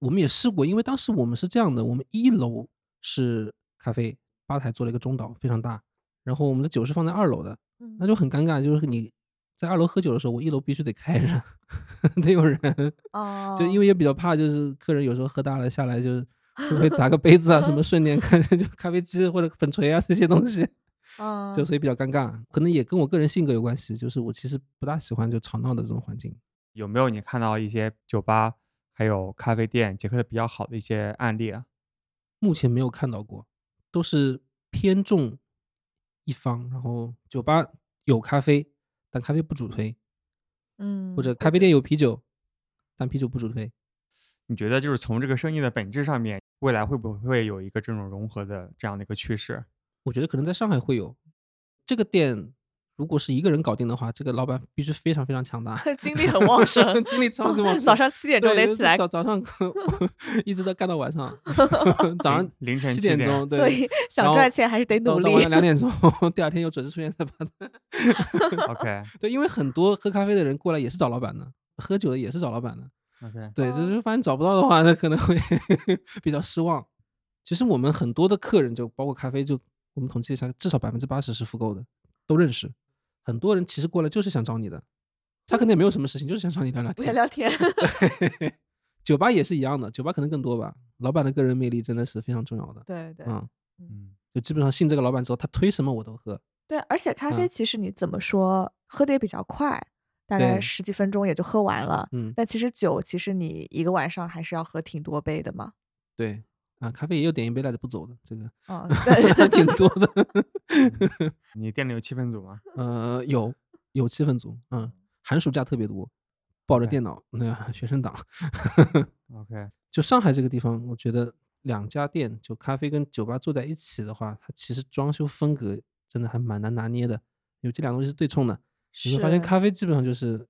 S4: 我们也试过，因为当时我们是这样的，我们一楼是咖啡吧台做了一个中岛，非常大，然后我们的酒是放在二楼的，
S3: 嗯，
S4: 那就很尴尬，就是你在二楼喝酒的时候，我一楼必须得开着， (laughs) 得有人，
S3: 哦，
S4: 就因为也比较怕，就是客人有时候喝大了下来就会不会砸个杯子
S3: (laughs)
S4: 啊什么，瞬间看 (laughs) 就咖啡机或者粉锤啊这些东西，
S3: 嗯
S4: 就所以比较尴尬，可能也跟我个人性格有关系，就是我其实不大喜欢就吵闹的这种环境。
S2: 有没有你看到一些酒吧还有咖啡店结合的比较好的一些案例啊？
S4: 目前没有看到过，都是偏重一方。然后酒吧有咖啡，但咖啡不主推；
S3: 嗯，
S4: 或者咖啡店有啤酒，但啤酒不主推。
S2: 你觉得就是从这个生意的本质上面，未来会不会有一个这种融合的这样的一个趋
S3: (laughs)
S2: 势？
S4: 我觉得可能在上海会有这个店。如果是一个人搞定的话，这个老板必须非常非常强大，，
S3: (laughs) 精力很 (laughs) 旺盛
S4: (laughs) 精力超级旺盛。
S3: 早上七点钟
S4: 对
S3: 得
S4: 就是
S3: 起来，
S4: 早早上一直到干到
S3: (laughs)
S4: 晚上， (laughs) 早上
S2: 凌凌晨
S4: 七
S2: 7点
S4: 钟，对，
S3: 所以 (laughs)
S4: 然
S3: 想
S4: 后
S3: 赚钱还是得
S4: 到
S3: 努
S4: 到
S3: 力
S4: 晚。
S3: (laughs)
S4: 上两点钟， (laughs) 第二天又准时出现在吧台
S2: OK
S4: 对，因为很多喝咖啡的人过来也是找老板的，喝酒的也是找老板的。
S2: OK，
S4: 对，就
S3: 哦
S4: 是反正找不到的话，那可能会 (laughs) 比较失望。其实我们很多的客人，就包括咖啡，就我们统计一下，至少百分之八十是复购的，都认识。很多人其实过来就是想找你的，他可能也没有什么事情，就是想找你聊聊
S3: 聊
S4: 天。
S3: 聊天， (laughs)
S4: 对酒吧也是一样的，酒吧可能更多吧。老板的个人魅力真的是非常重要的。 (laughs)
S3: 对对
S4: 嗯，
S2: 嗯，
S4: 就基本上信这个老板之后，他推什么我都喝。
S3: 对，而且咖
S4: 嗯
S3: 啡其实你怎么说，喝的也比较快，大概
S4: 对
S3: 十几分钟也就喝完了。
S4: 嗯，
S3: 但其实酒，其实你一个晚上还是要喝挺多杯的嘛。
S4: 对啊，咖啡也有点一杯赖着不走的，这个 (laughs)
S3: 嗯，对，
S4: 挺多的。
S2: 你店里有气氛组吗？
S4: 呃，有有气氛组，嗯，寒暑假特别多，抱着
S2: OK
S4: 电脑那个学生党。
S2: OK，
S4: 就上海这个地方，我觉得两家店就咖啡跟酒吧坐在一起的话，它其实装修风格真的还蛮难拿捏的，因为这两个东西是对冲的。你会发现
S3: 是
S4: 咖啡基本上就是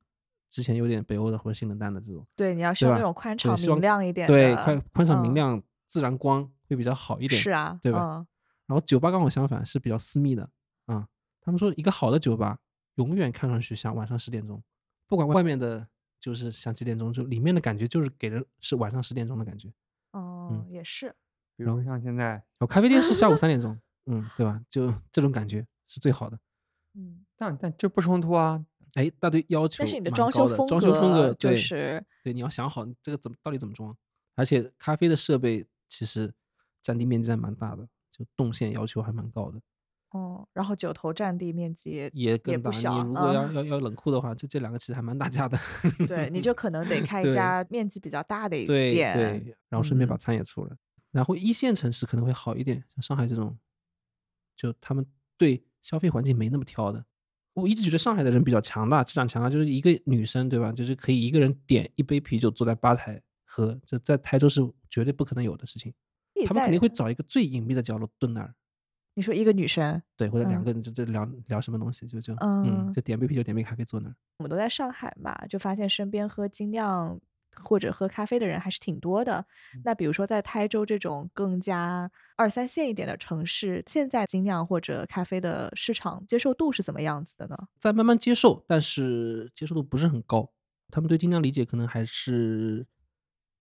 S4: 之前有点北欧的或者性冷淡的这种，
S3: 对，你要是
S4: 对
S3: 用那
S4: 吧
S3: 种宽
S4: 对
S3: 敞
S4: 希望
S3: 明亮一点的，
S4: 对，宽宽敞明
S3: 嗯
S4: 亮、自然光会比较好一点。
S3: 是啊，
S4: 对吧
S3: 嗯，
S4: 然后酒吧刚好相反，是比较私密的啊、他们说一个好的酒吧永远看上去像晚上十点钟，不管外面的就是像几点钟，就里面的感觉就是给人是晚上十点钟的感觉。
S3: 哦，
S4: 嗯
S3: 也是，
S2: 比如像现在，
S4: 然后咖啡店是下午三点
S3: (laughs)
S4: 钟，嗯，对吧？就这种感觉是最好的。
S3: 嗯。
S2: 但但这不冲突啊。
S4: 哎，大队要求
S3: 但是你的
S4: 蛮
S3: 装
S4: 高
S3: 修
S4: 的
S3: 风
S4: 装修风格
S3: 就
S4: 对
S3: 是
S4: 对，你要想好你这个怎么到底怎么装，而且咖啡的设备其实占地面积还蛮大的，就动线要求还蛮高的。
S3: 哦，然后酒头占地面积也
S4: 也更
S3: 不
S4: 大。
S3: 小
S4: 你如果要、
S3: 嗯
S4: 要要冷库的话，这这两个其实还蛮打架的。 (laughs)
S3: 对，你就可能得开一
S4: 对
S3: 家面积比较大的一
S4: 对
S3: 店。
S4: 对，然后顺便把
S3: 嗯
S4: 餐也出了。然后一线城市可能会好一点，像上海这种，就他们对消费环境没那么挑的。我一直觉得上海的人比较强大，气场强大，就是一个女生对吧？就是可以一个人点一杯啤酒坐在吧台喝，这在台州是绝对不可能有的事情。
S3: 你
S4: 他们
S3: 在
S4: 肯定会找一个最隐蔽的角落蹲那儿，
S3: 你说一个女生，
S4: 对，或者两
S3: 嗯
S4: 个人就就聊、聊什么东西，就就嗯，
S3: 嗯
S4: 就点杯啤酒，点杯咖啡坐那儿。
S3: 我们都在上海嘛，就发现身边喝精酿或者喝咖啡的人还是挺多的。
S4: 嗯
S3: 那比如说在台州这种更加二三线一点的城市，现在精酿或者咖啡的市场接受度是怎么样子的呢？
S4: 在慢慢接受，但是接受度不是很高。他们对精酿理解可能还是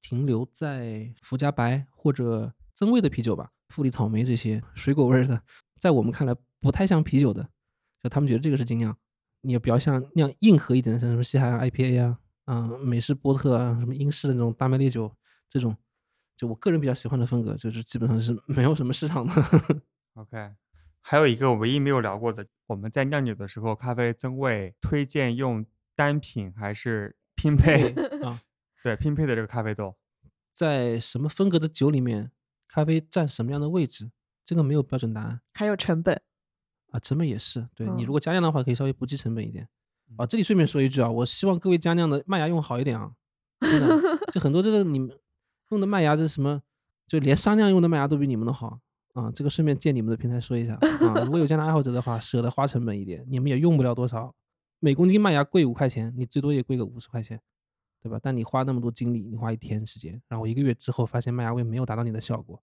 S4: 停留在福加白或者增味的啤酒吧，富力草莓这些水果味儿的，在我们看来不太像啤酒的，就他们觉得这个是精酿。你也比较像那样硬核一点的，像什么西海岸 IPA 啊，嗯，美式波特啊，什么英式的那种大麦烈酒这种，就我个人比较喜欢的风格，就是基本上是没有什么市场的。 (laughs)
S2: OK，还有一个唯一没有聊过的，我们在酿酒的时候，咖啡增味推荐用单品还是拼
S3: (laughs)
S2: 配？
S4: 啊，
S2: 对，拼配的这个咖啡豆。
S4: 在什么风格的酒里面，咖啡占什么样的位置，这个没有标准答案
S3: 还有成本，
S4: 啊，成本也是。对你
S3: 嗯
S4: 如果加酿的话，可以稍微不计成本一点。啊，
S2: 嗯
S4: 这里顺便说一句啊，我希望各位加酿的麦芽用好一点啊，真的，这很多这个你们用的麦芽这是什么，就连商酿用的麦芽都比你们的好啊。这个顺便借你们的平台说一下啊，如果有加酿爱好者的话，舍得花成本一点，你们也用不了多少，每公斤麦芽贵五块钱，你最多也贵个五十块钱，对吧？但你花那么多精力，你花一天时间，然后一个月之后发现麦芽味没有达到你的效果，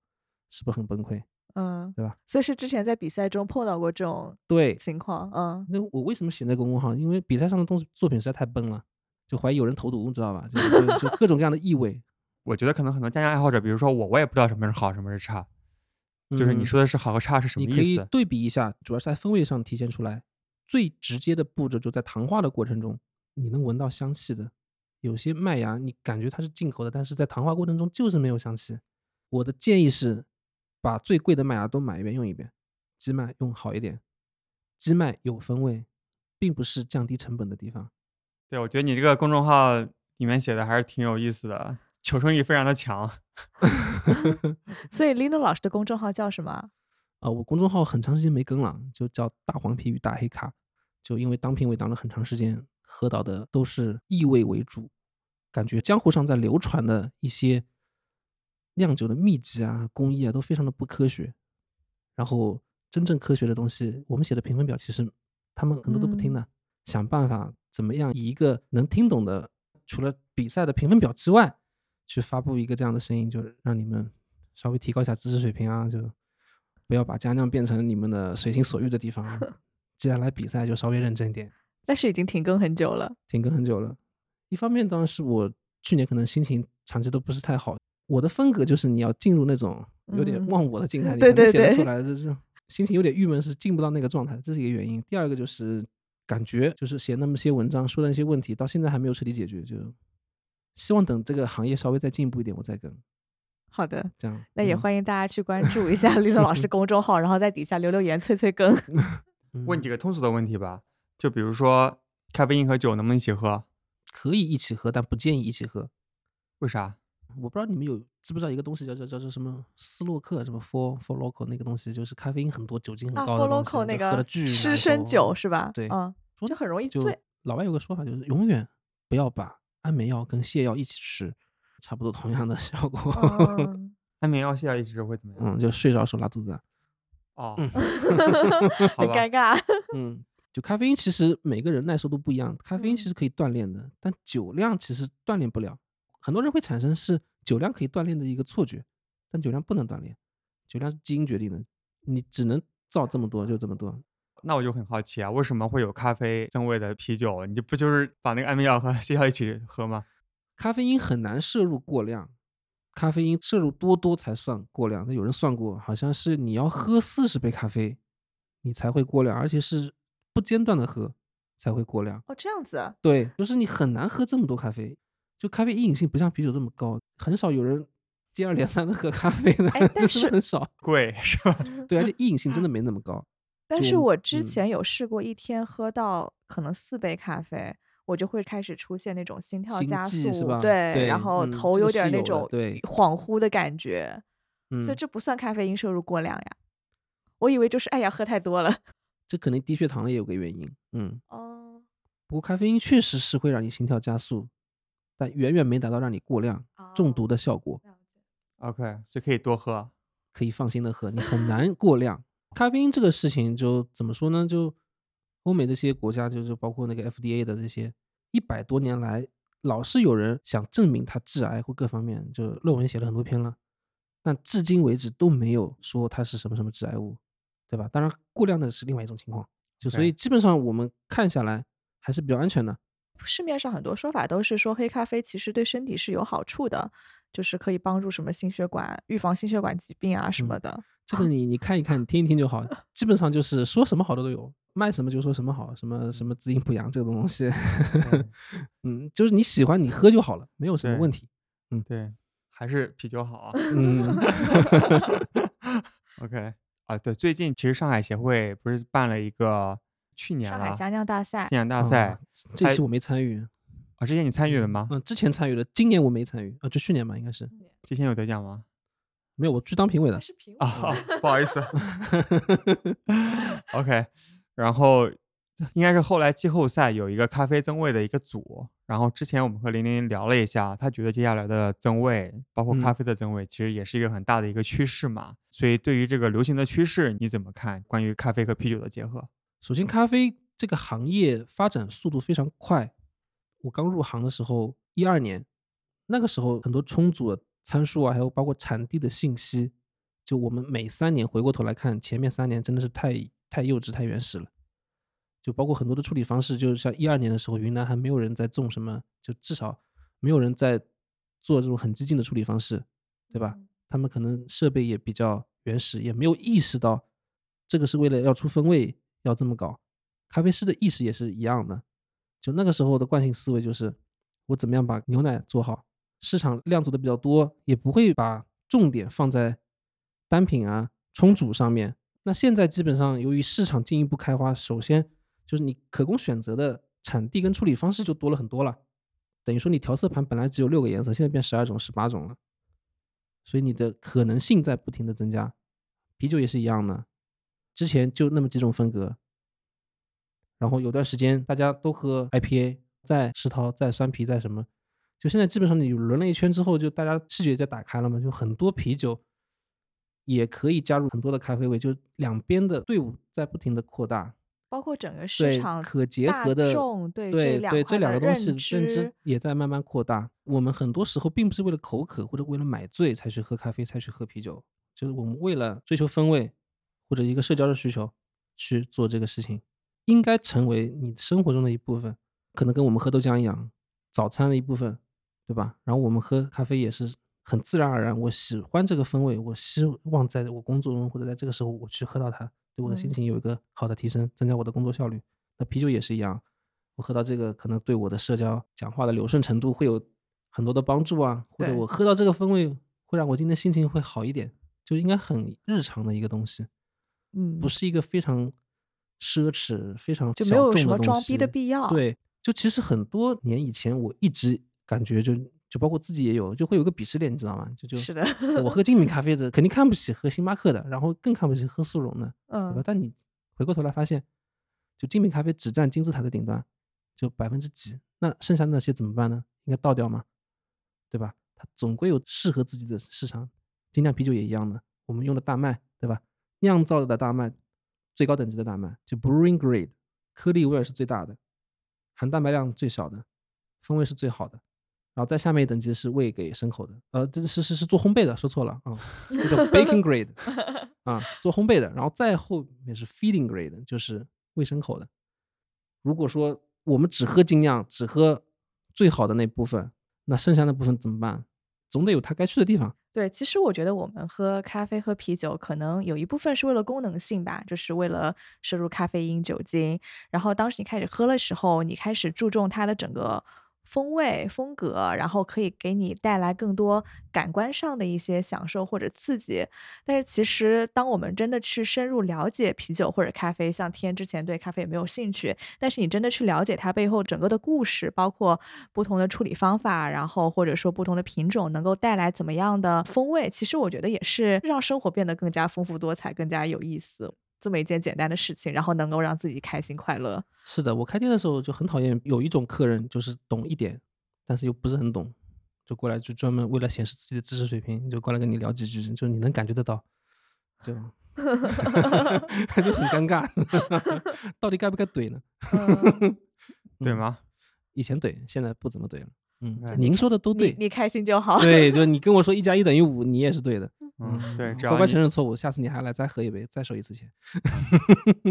S4: 是不是很崩溃？
S3: 嗯，
S4: 对吧？
S3: 所以是之前在比赛中碰到过这种
S4: 对，
S3: 情况，嗯，
S4: 那我为什么选那个公号？因为比赛上的东西作品实在太崩了，就怀疑有人投毒，知道吧？就就就各种各样的
S2: (laughs)
S4: 异味。
S2: 我觉得可能很多家酿爱好者，比如说我，我也不知道什么是好，什么是差，就是你
S4: 嗯
S2: 说的是好和差是什么
S4: 你可
S2: 意
S4: 以
S2: 思？
S4: 对比一下，主要是在风味上体现出来。最直接的步骤就在糖化的过程中，你能闻到香气的。有些麦芽你感觉它是进口的，但是在糖化过程中就是没有香气。我的建议是，把最贵的麦芽都买一遍用一遍，基麦用好一点。基麦有风味，并不是降低成本的地方。
S2: 对，我觉得你这个公众号里面写的还是挺有意思的，求生欲非常的强。
S3: 所以 Lino 老师的公众号叫什么？
S4: 啊，我公众号很长时间没更了，就叫“大黄皮与大黑卡”，就因为当评委当了很长时间，喝到的都是异味为主，感觉江湖上在流传的一些酿酒的秘籍啊、工艺啊，都非常的不科学。然后真正科学的东西，我们写的评分表其实他们很多都不听
S3: 嗯
S4: 的，想办法怎么样以一个能听懂的，除了比赛的评分表之外，去发布一个这样的声音，就是让你们稍微提高一下知识水平啊，就不要把家酿变成你们的随心所欲的地
S3: (laughs)
S4: 方啊。既然来比赛，就稍微认真一点。
S3: 但是已经停更很久了，
S4: 停更很久了。一方面当然是我去年可能心情长期都不是太好，我的风格就是你要进入那种有点
S3: 嗯
S4: 忘我的
S3: (laughs)
S4: 境态，你
S3: 对
S4: 才
S3: 对
S4: 能写得
S3: 对
S4: 出来，就是心情有点郁闷，是进不到那个状态，这是一个原因。第二个就是感觉就是写那么些文章，说的那些问题，到现在还没有彻底解决，就希望等这个行业稍微再进步一点，我再更
S3: 好的，
S4: 这样。
S3: 那也
S4: 嗯
S3: 欢迎大家去关注一
S4: (laughs)
S3: 下 Lino 老师公众号，然后在底下留留言、催催更。
S2: 问
S4: 嗯
S2: 几个通俗的问题吧，就比如说咖啡因和酒能不能一起喝？
S4: 可以一起喝，但不建议一起喝。
S2: 为啥？
S4: 我不知道你们有知不知道一个东西叫叫叫叫什么斯洛克什么 for for local 那个东西，就是咖啡因很多，酒精很
S3: 啊
S4: 高的
S3: ，Four
S4: 东西，
S3: Loco 那
S4: 就喝
S3: 个
S4: 的巨
S3: 湿
S4: 难
S3: 身
S4: 受
S3: 酒。是吧？
S4: 对
S3: 嗯，
S4: 说
S3: 就很容易 (laughs)
S4: 就
S3: 醉。
S4: 老外有个说法，就是永远不要把安眠药跟泻药一起吃，差不多同样的效果。 (laughs)
S3: 嗯
S2: 安眠药泻药一直会怎么样？
S4: 嗯，就睡着的时候拉肚子啊。
S2: 哦，
S4: 嗯
S2: 好
S4: (laughs)
S3: 很
S2: 吧
S3: 尴尬。 (laughs)
S4: 嗯，就咖啡因其实每个人耐受度不一样，咖啡因其实可以锻炼的，但酒量其实锻炼不了。很多人会产生是酒量可以锻炼的一个错觉，但酒量不能锻炼，酒量是基因决定的，你只能造这么多就这么多。
S2: 那我就很好奇啊，为什么会有咖啡增味的啤酒？你就不就是把那个安眠药和 (laughs) 泻药一起喝吗？
S4: 咖啡因很难摄入过量，咖啡因摄入多多才算过量。那有人算过，好像是你要喝四十杯咖啡，你才会过量，而且是不间断的喝才会过量。
S3: 哦，这样 (laughs) 子，
S4: 对，就是你很难喝这么多咖啡，就咖啡因瘾性不像啤酒这么高，很少有人接二连三的喝咖啡的，
S3: 哎但
S4: 就是
S3: 是
S4: 很少。
S2: 贵是吧？
S4: 对，而且依瘾性
S3: (laughs)
S4: 真的没那么高。
S3: 但
S4: 就是我
S3: 我之
S4: 嗯
S3: 前有试过一天喝到可能四杯咖啡，我就会开始出现那种心跳
S4: 心
S3: 加
S4: 悸
S3: 速，
S4: 是吧对
S3: 然后
S4: 嗯
S3: 头
S4: 这个
S3: 有
S4: 是
S3: 点儿那
S4: 有的
S3: 种
S4: 对
S3: 恍惚的感觉，
S4: 嗯，
S3: 所以这不算咖啡因摄入过量呀。我以为就是哎呀喝太多了。
S4: 这可能低血糖了也有个原因。嗯，
S3: 哦
S4: 不过咖啡因确实是会让你心跳加速，但远远没达到让你过量中
S3: 哦
S4: 毒的效果。
S2: OK，所以可以多喝。
S4: 可以放心的喝，你很难过量。咖啡因这个事情就怎么说呢？就欧美这些国家，就是包括那个 FDA 的这些，一百多年来老是有人想证明它致癌或各方面，就论文写了很多篇了，但至今为止都没有说它是什么什么致癌物，对吧？当然，过量的是另外一种情况。就所以
S2: OK
S4: 基本上我们看下来还是比较安全的。
S3: 市面上很多说法都是说黑咖啡其实对身体是有好处的，就是可以帮助什么心血管、预防心血管疾病啊什么
S4: 嗯
S2: (laughs)
S3: 的。
S4: 这个你你看一看，你听一听就好。基本上就是说什么好的都有，卖什么就说什么好，什么什么滋阴补阳这种东
S2: 哦
S4: 西， (laughs) 嗯，就是你喜欢你喝就好了，没有什么
S2: 对
S4: 问题。
S2: 对，还是啤酒好啊。
S4: 嗯，
S2: (laughs) OK，啊，对，最近其实上海协会不是办了一个去年
S3: 上
S2: 了
S3: 海佳酿大赛
S2: 精，酿大
S4: 啊
S2: 赛
S4: 这
S2: 还
S4: 一期我没参与，
S2: 啊，之前你参与了吗？
S4: 嗯，之前参与了，今年我没参与啊，就去年吧，应该是
S2: 之前有得奖吗？
S4: 没有，我去当评委的。
S3: 是评委
S2: 啊，不好意
S4: (laughs)
S2: 思。OK，然后应该是后来季后赛有一个咖啡增味的一个组，然后之前我们和玲玲聊了一下，她觉得接下来的增味，包括咖
S4: 嗯
S2: 啡的增味，其实也是一个很大的一个趋势嘛。所以对于这个流行的趋势，你怎么看？关于咖啡和啤酒的结合？
S4: 首先，咖啡这个行业发展速度非常快。我刚入行的时候，一二年，那个时候很多充足的参数啊，还有包括产地的信息，就我们每三年回过头来看，前面三年真的是太太幼稚、太原始了。就包括很多的处理方式，就像一二年的时候，云南还没有人在种什么，就至少没有人在做这种很激进的处理方式，
S3: 嗯
S4: 对吧？他们可能设备也比较原始，也没有意识到这个是为了要出风味要这么搞。咖啡师的意识也是一样的，就那个时候的惯性思维就是我怎么样把牛奶做好，市场量做的比较多，也不会把重点放在单品啊冲煮上面。那现在基本上由于市场进一步开花，首先就是你可供选择的产地跟处理方式就多了很多了，等于说你调色盘本来只有六个颜色，现在变十二种、十八种了。所以你的可能性在不停的增加。啤酒也是一样的，之前就那么几种风格，然后有段时间大家都喝 IPA，再石涛，再酸啤，再什么，就现在基本上你轮了一圈之后，就大家视觉在打开了嘛，就很多啤酒也可以加入很多的咖啡味，就两边的队伍在不停的扩大，
S3: 包括整个市
S4: 对
S3: 场
S4: 可结
S3: 大
S4: 合的
S3: 众对这
S4: 对
S3: 两
S4: 对这
S3: 块
S4: 两
S3: 的
S4: 个东西
S3: 认
S4: 认知
S3: 知
S4: 也在慢慢扩大。我们很多时候并不是为了口渴或者为了买醉才去喝咖啡才去喝啤酒，就是我们为了追求风味或者一个社交的需求去做这个事情，应该成为你生活中的一部分，可能跟我们喝豆浆一样，早餐的一部分，对吧？然后我们喝咖啡也是很自然而然，我喜欢这个风味，我希望在我工作中或者在这个时候我去喝到它，对我的心
S3: 嗯
S4: 情有一个好的提升，增加我的工作效率。那啤酒也是一样，我喝到这个可能对我的社交讲话的流顺程度会有很多的帮助啊，或者
S3: 对
S4: 我喝到这个风味会让我今天心情会好一点，就应该很日常的一个东西，
S3: 嗯
S4: 不是一个非常奢侈、非常
S3: 就
S4: 小
S3: 没有
S4: 众
S3: 什么
S4: 东
S3: 装逼的
S4: 西
S3: 必要。，
S4: 对，就其实很多年以前，我一直感觉就就包括自己也有，就会有个鄙视链，你知道吗？就就是 (laughs)
S3: 的，
S4: 我喝精品咖啡的肯定看不起喝星巴克的，然后更看不起喝速溶的，对吧
S3: 嗯？，
S4: 但你回过头来发现，就精品咖啡只占金字塔的顶端，就百分之几，那剩下那些怎么办呢？应该倒掉吗？对吧？它总归有适合自己的市场。精酿啤酒也一样的，我们用的大麦，对吧？酿造的大麦，最高等级的大麦，就 brewing grade，颗粒味儿是最大的，含蛋白量最少的，风味是最好的。然后在下面一等级是喂给牲口的，呃，这是是是做烘焙的，说错了啊、这叫 baking grade，啊，做烘焙的，然后再后面是 feeding grade，就是喂牲口的。如果说我们只喝精酿，只喝最好的那部分，那剩下那部分怎么办？总得有它该去的地方。
S3: 对，其实我觉得我们喝咖啡、喝啤酒，可能有一部分是为了功能性吧，就是为了摄入咖啡因、酒精。然后当时你开始喝的时候，你开始注重它的整个风味、风格，然后可以给你带来更多感官上的一些享受或者刺激。但是其实，当我们真的去深入了解啤酒或者咖啡，像天之前对咖啡也没有兴趣，但是你真的去了解它背后整个的故事，包括不同的处理方法，然后或者说不同的品种能够带来怎么样的风味，其实我觉得也是让生活变得更加丰富多彩、更加有意思这么一件简单的事情，然后能够让自己开心快乐。
S4: 是的，我开店的时候就很讨厌有一种客人，就是懂一点，但是又不是很懂，就过来就专门为了显示自己的知识水平，就过来跟你聊几句，就你能感觉得到，就 (laughs) 就很尴尬， (laughs) 到底该不该怼呢？
S3: 嗯
S2: 对
S4: 嗯 (laughs)
S2: 吗？
S4: 以前怼，现在不怎么怼了。嗯
S2: 对，
S4: 您说的都对
S3: 你，你开心就好。
S4: 对，就是你跟我说一加一等于五，你也是对的。
S2: 嗯，对，只要
S4: 乖乖
S2: 你
S4: 承认错误，下次你还来再喝一杯，再收一次钱。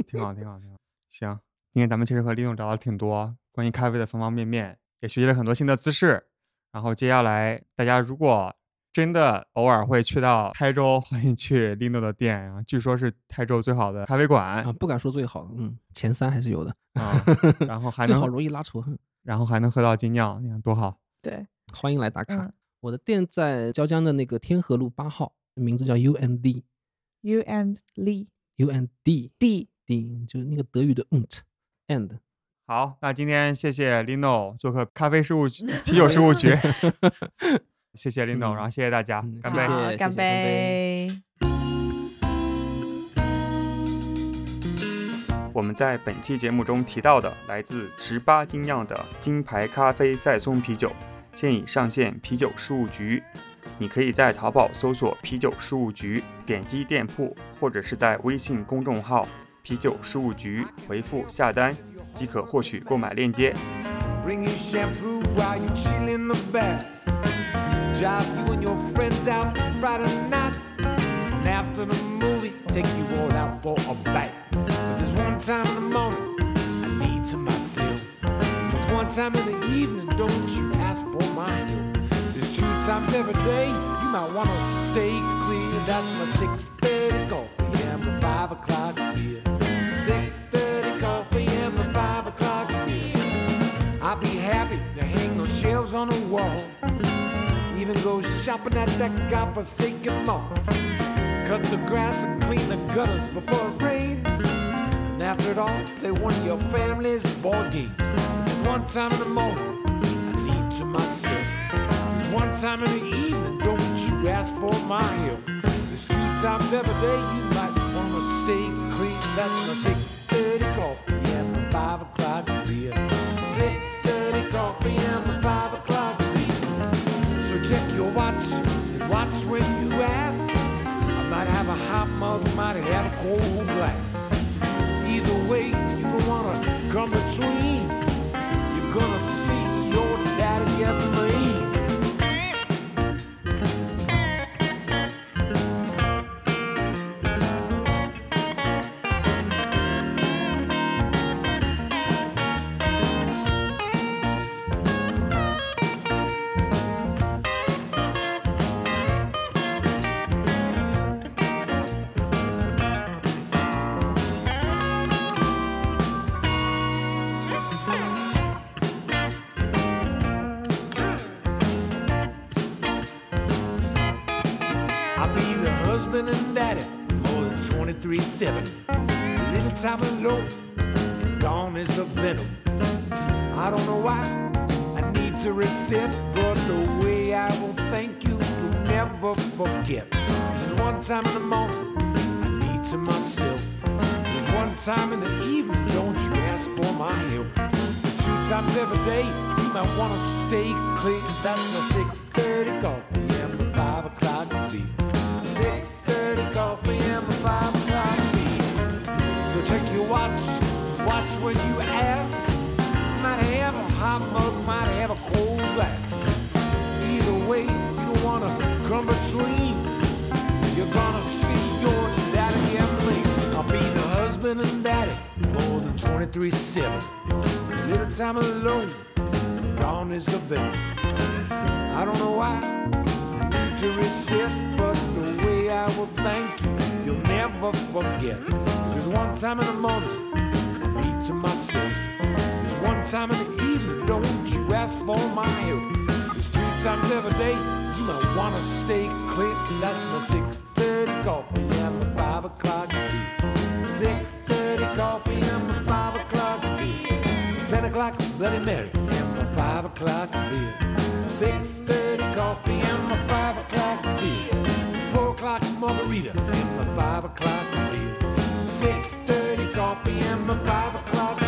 S2: 挺好，挺好，挺好。行，今天咱们其实和李总聊了挺多关于咖啡的方方面面，也学习了很多新的姿势。然后接下来大家如果真的偶尔会去到台州， (laughs) 欢迎去李总的店，然后据说是台州最好的咖啡馆
S4: 啊，不敢说最好的，嗯，前三还是有的， (laughs)
S2: 啊、然后还
S4: 最好
S2: 能
S4: 容易拉仇恨。
S2: 然后还能喝到精酿，你看多好。
S3: 对，
S4: 欢迎来打卡。
S3: 嗯
S4: 我的店在椒江的那个天河路八号，名字叫 UND
S3: ，You and Lee
S4: UND
S3: D，
S4: D，就是那个德语的 und and。
S2: 好，那今天谢谢 Lino 做客咖啡事务
S4: (laughs)
S2: 局、啤酒事务局，谢谢 Lino，、然后谢谢大家，
S4: 嗯
S2: 干
S4: 谢
S2: 杯。
S4: 谢
S3: 好，
S4: 干
S3: 干
S4: 杯
S3: 杯。
S2: 我们在本期节目中提到的来自十八精酿的金牌咖啡赛松啤酒，现已上线啤酒事务局。你可以在淘宝搜索“啤酒事务局”，点击店铺，或者是在微信公众号“啤酒事务局”回复下单，即可获取购买链接。
S1: Bring you shampoo while you chill in the bath. Drive you and your friends out Friday night. And after the movie, take you all out for a bite. But there's one time in the morning I need to myself. There's one time in the evening, don't you ask for my help. There's two times every day you might want to stay clear. That's my 6:30 coffee and my 5 o'clock beer. 6:30 coffee and my 5 o'clock beer. I'll be happy to hang those shelves on the wall. Even go shopping at that godforsaken mall. Cut the grass and clean the gutters before it rains. And after it all, play one of your family's ball games. There's one time in the morning I need to myself. There's one time in the evening, don't you ask for my help. There's two times every day you might wanna stay clean. That's my six thirty coffee and my five o'clock beer. Six thirty coffee and my five o'clock beer. So check your watch and watch when you ask. I might have a hot mug, might have a cold glass. Either way, you don't wanna come between. You're gonna see your daddy get mean. I'll be the husband and daddy more than 23 7. Little time alone, and gone is the venom. I don't know why I need to reset, but the way I will thank you, you'll never forget. There's one time in the morning I need to myself. There's one time in the evening, don't you ask for my help. There's two times every day you might want to stay clear. That's my 6:30 coffee and my 5 o'clock beer. 6:30 coffee and my 5 o'clock beer. So check your watch, watch when you ask. Might have a hot mug, might have a cold glass. Either way, you don't wanna come between. You're gonna see your daddy gambling. I'll be the husband and daddy more than 23-7. Little time alone, gone is the venom. I don't know why I need to reset, but the way I will thank you, you'll never forget. There's one time in the morning I need to myself. There's one time in the evening, don't you ask for my help. There's two times every day you might wanna stay clear. That's my six thirty coffee and my five o'clock tea. Six thirty coffee and my five o'clock tea. Ten o'clock Bloody Mary and my five o'clock beer. Six thirty coffee and my five o'clock beer. Four o'clock margarita and my five o'clock beer. Six thirty coffee and my five o'clock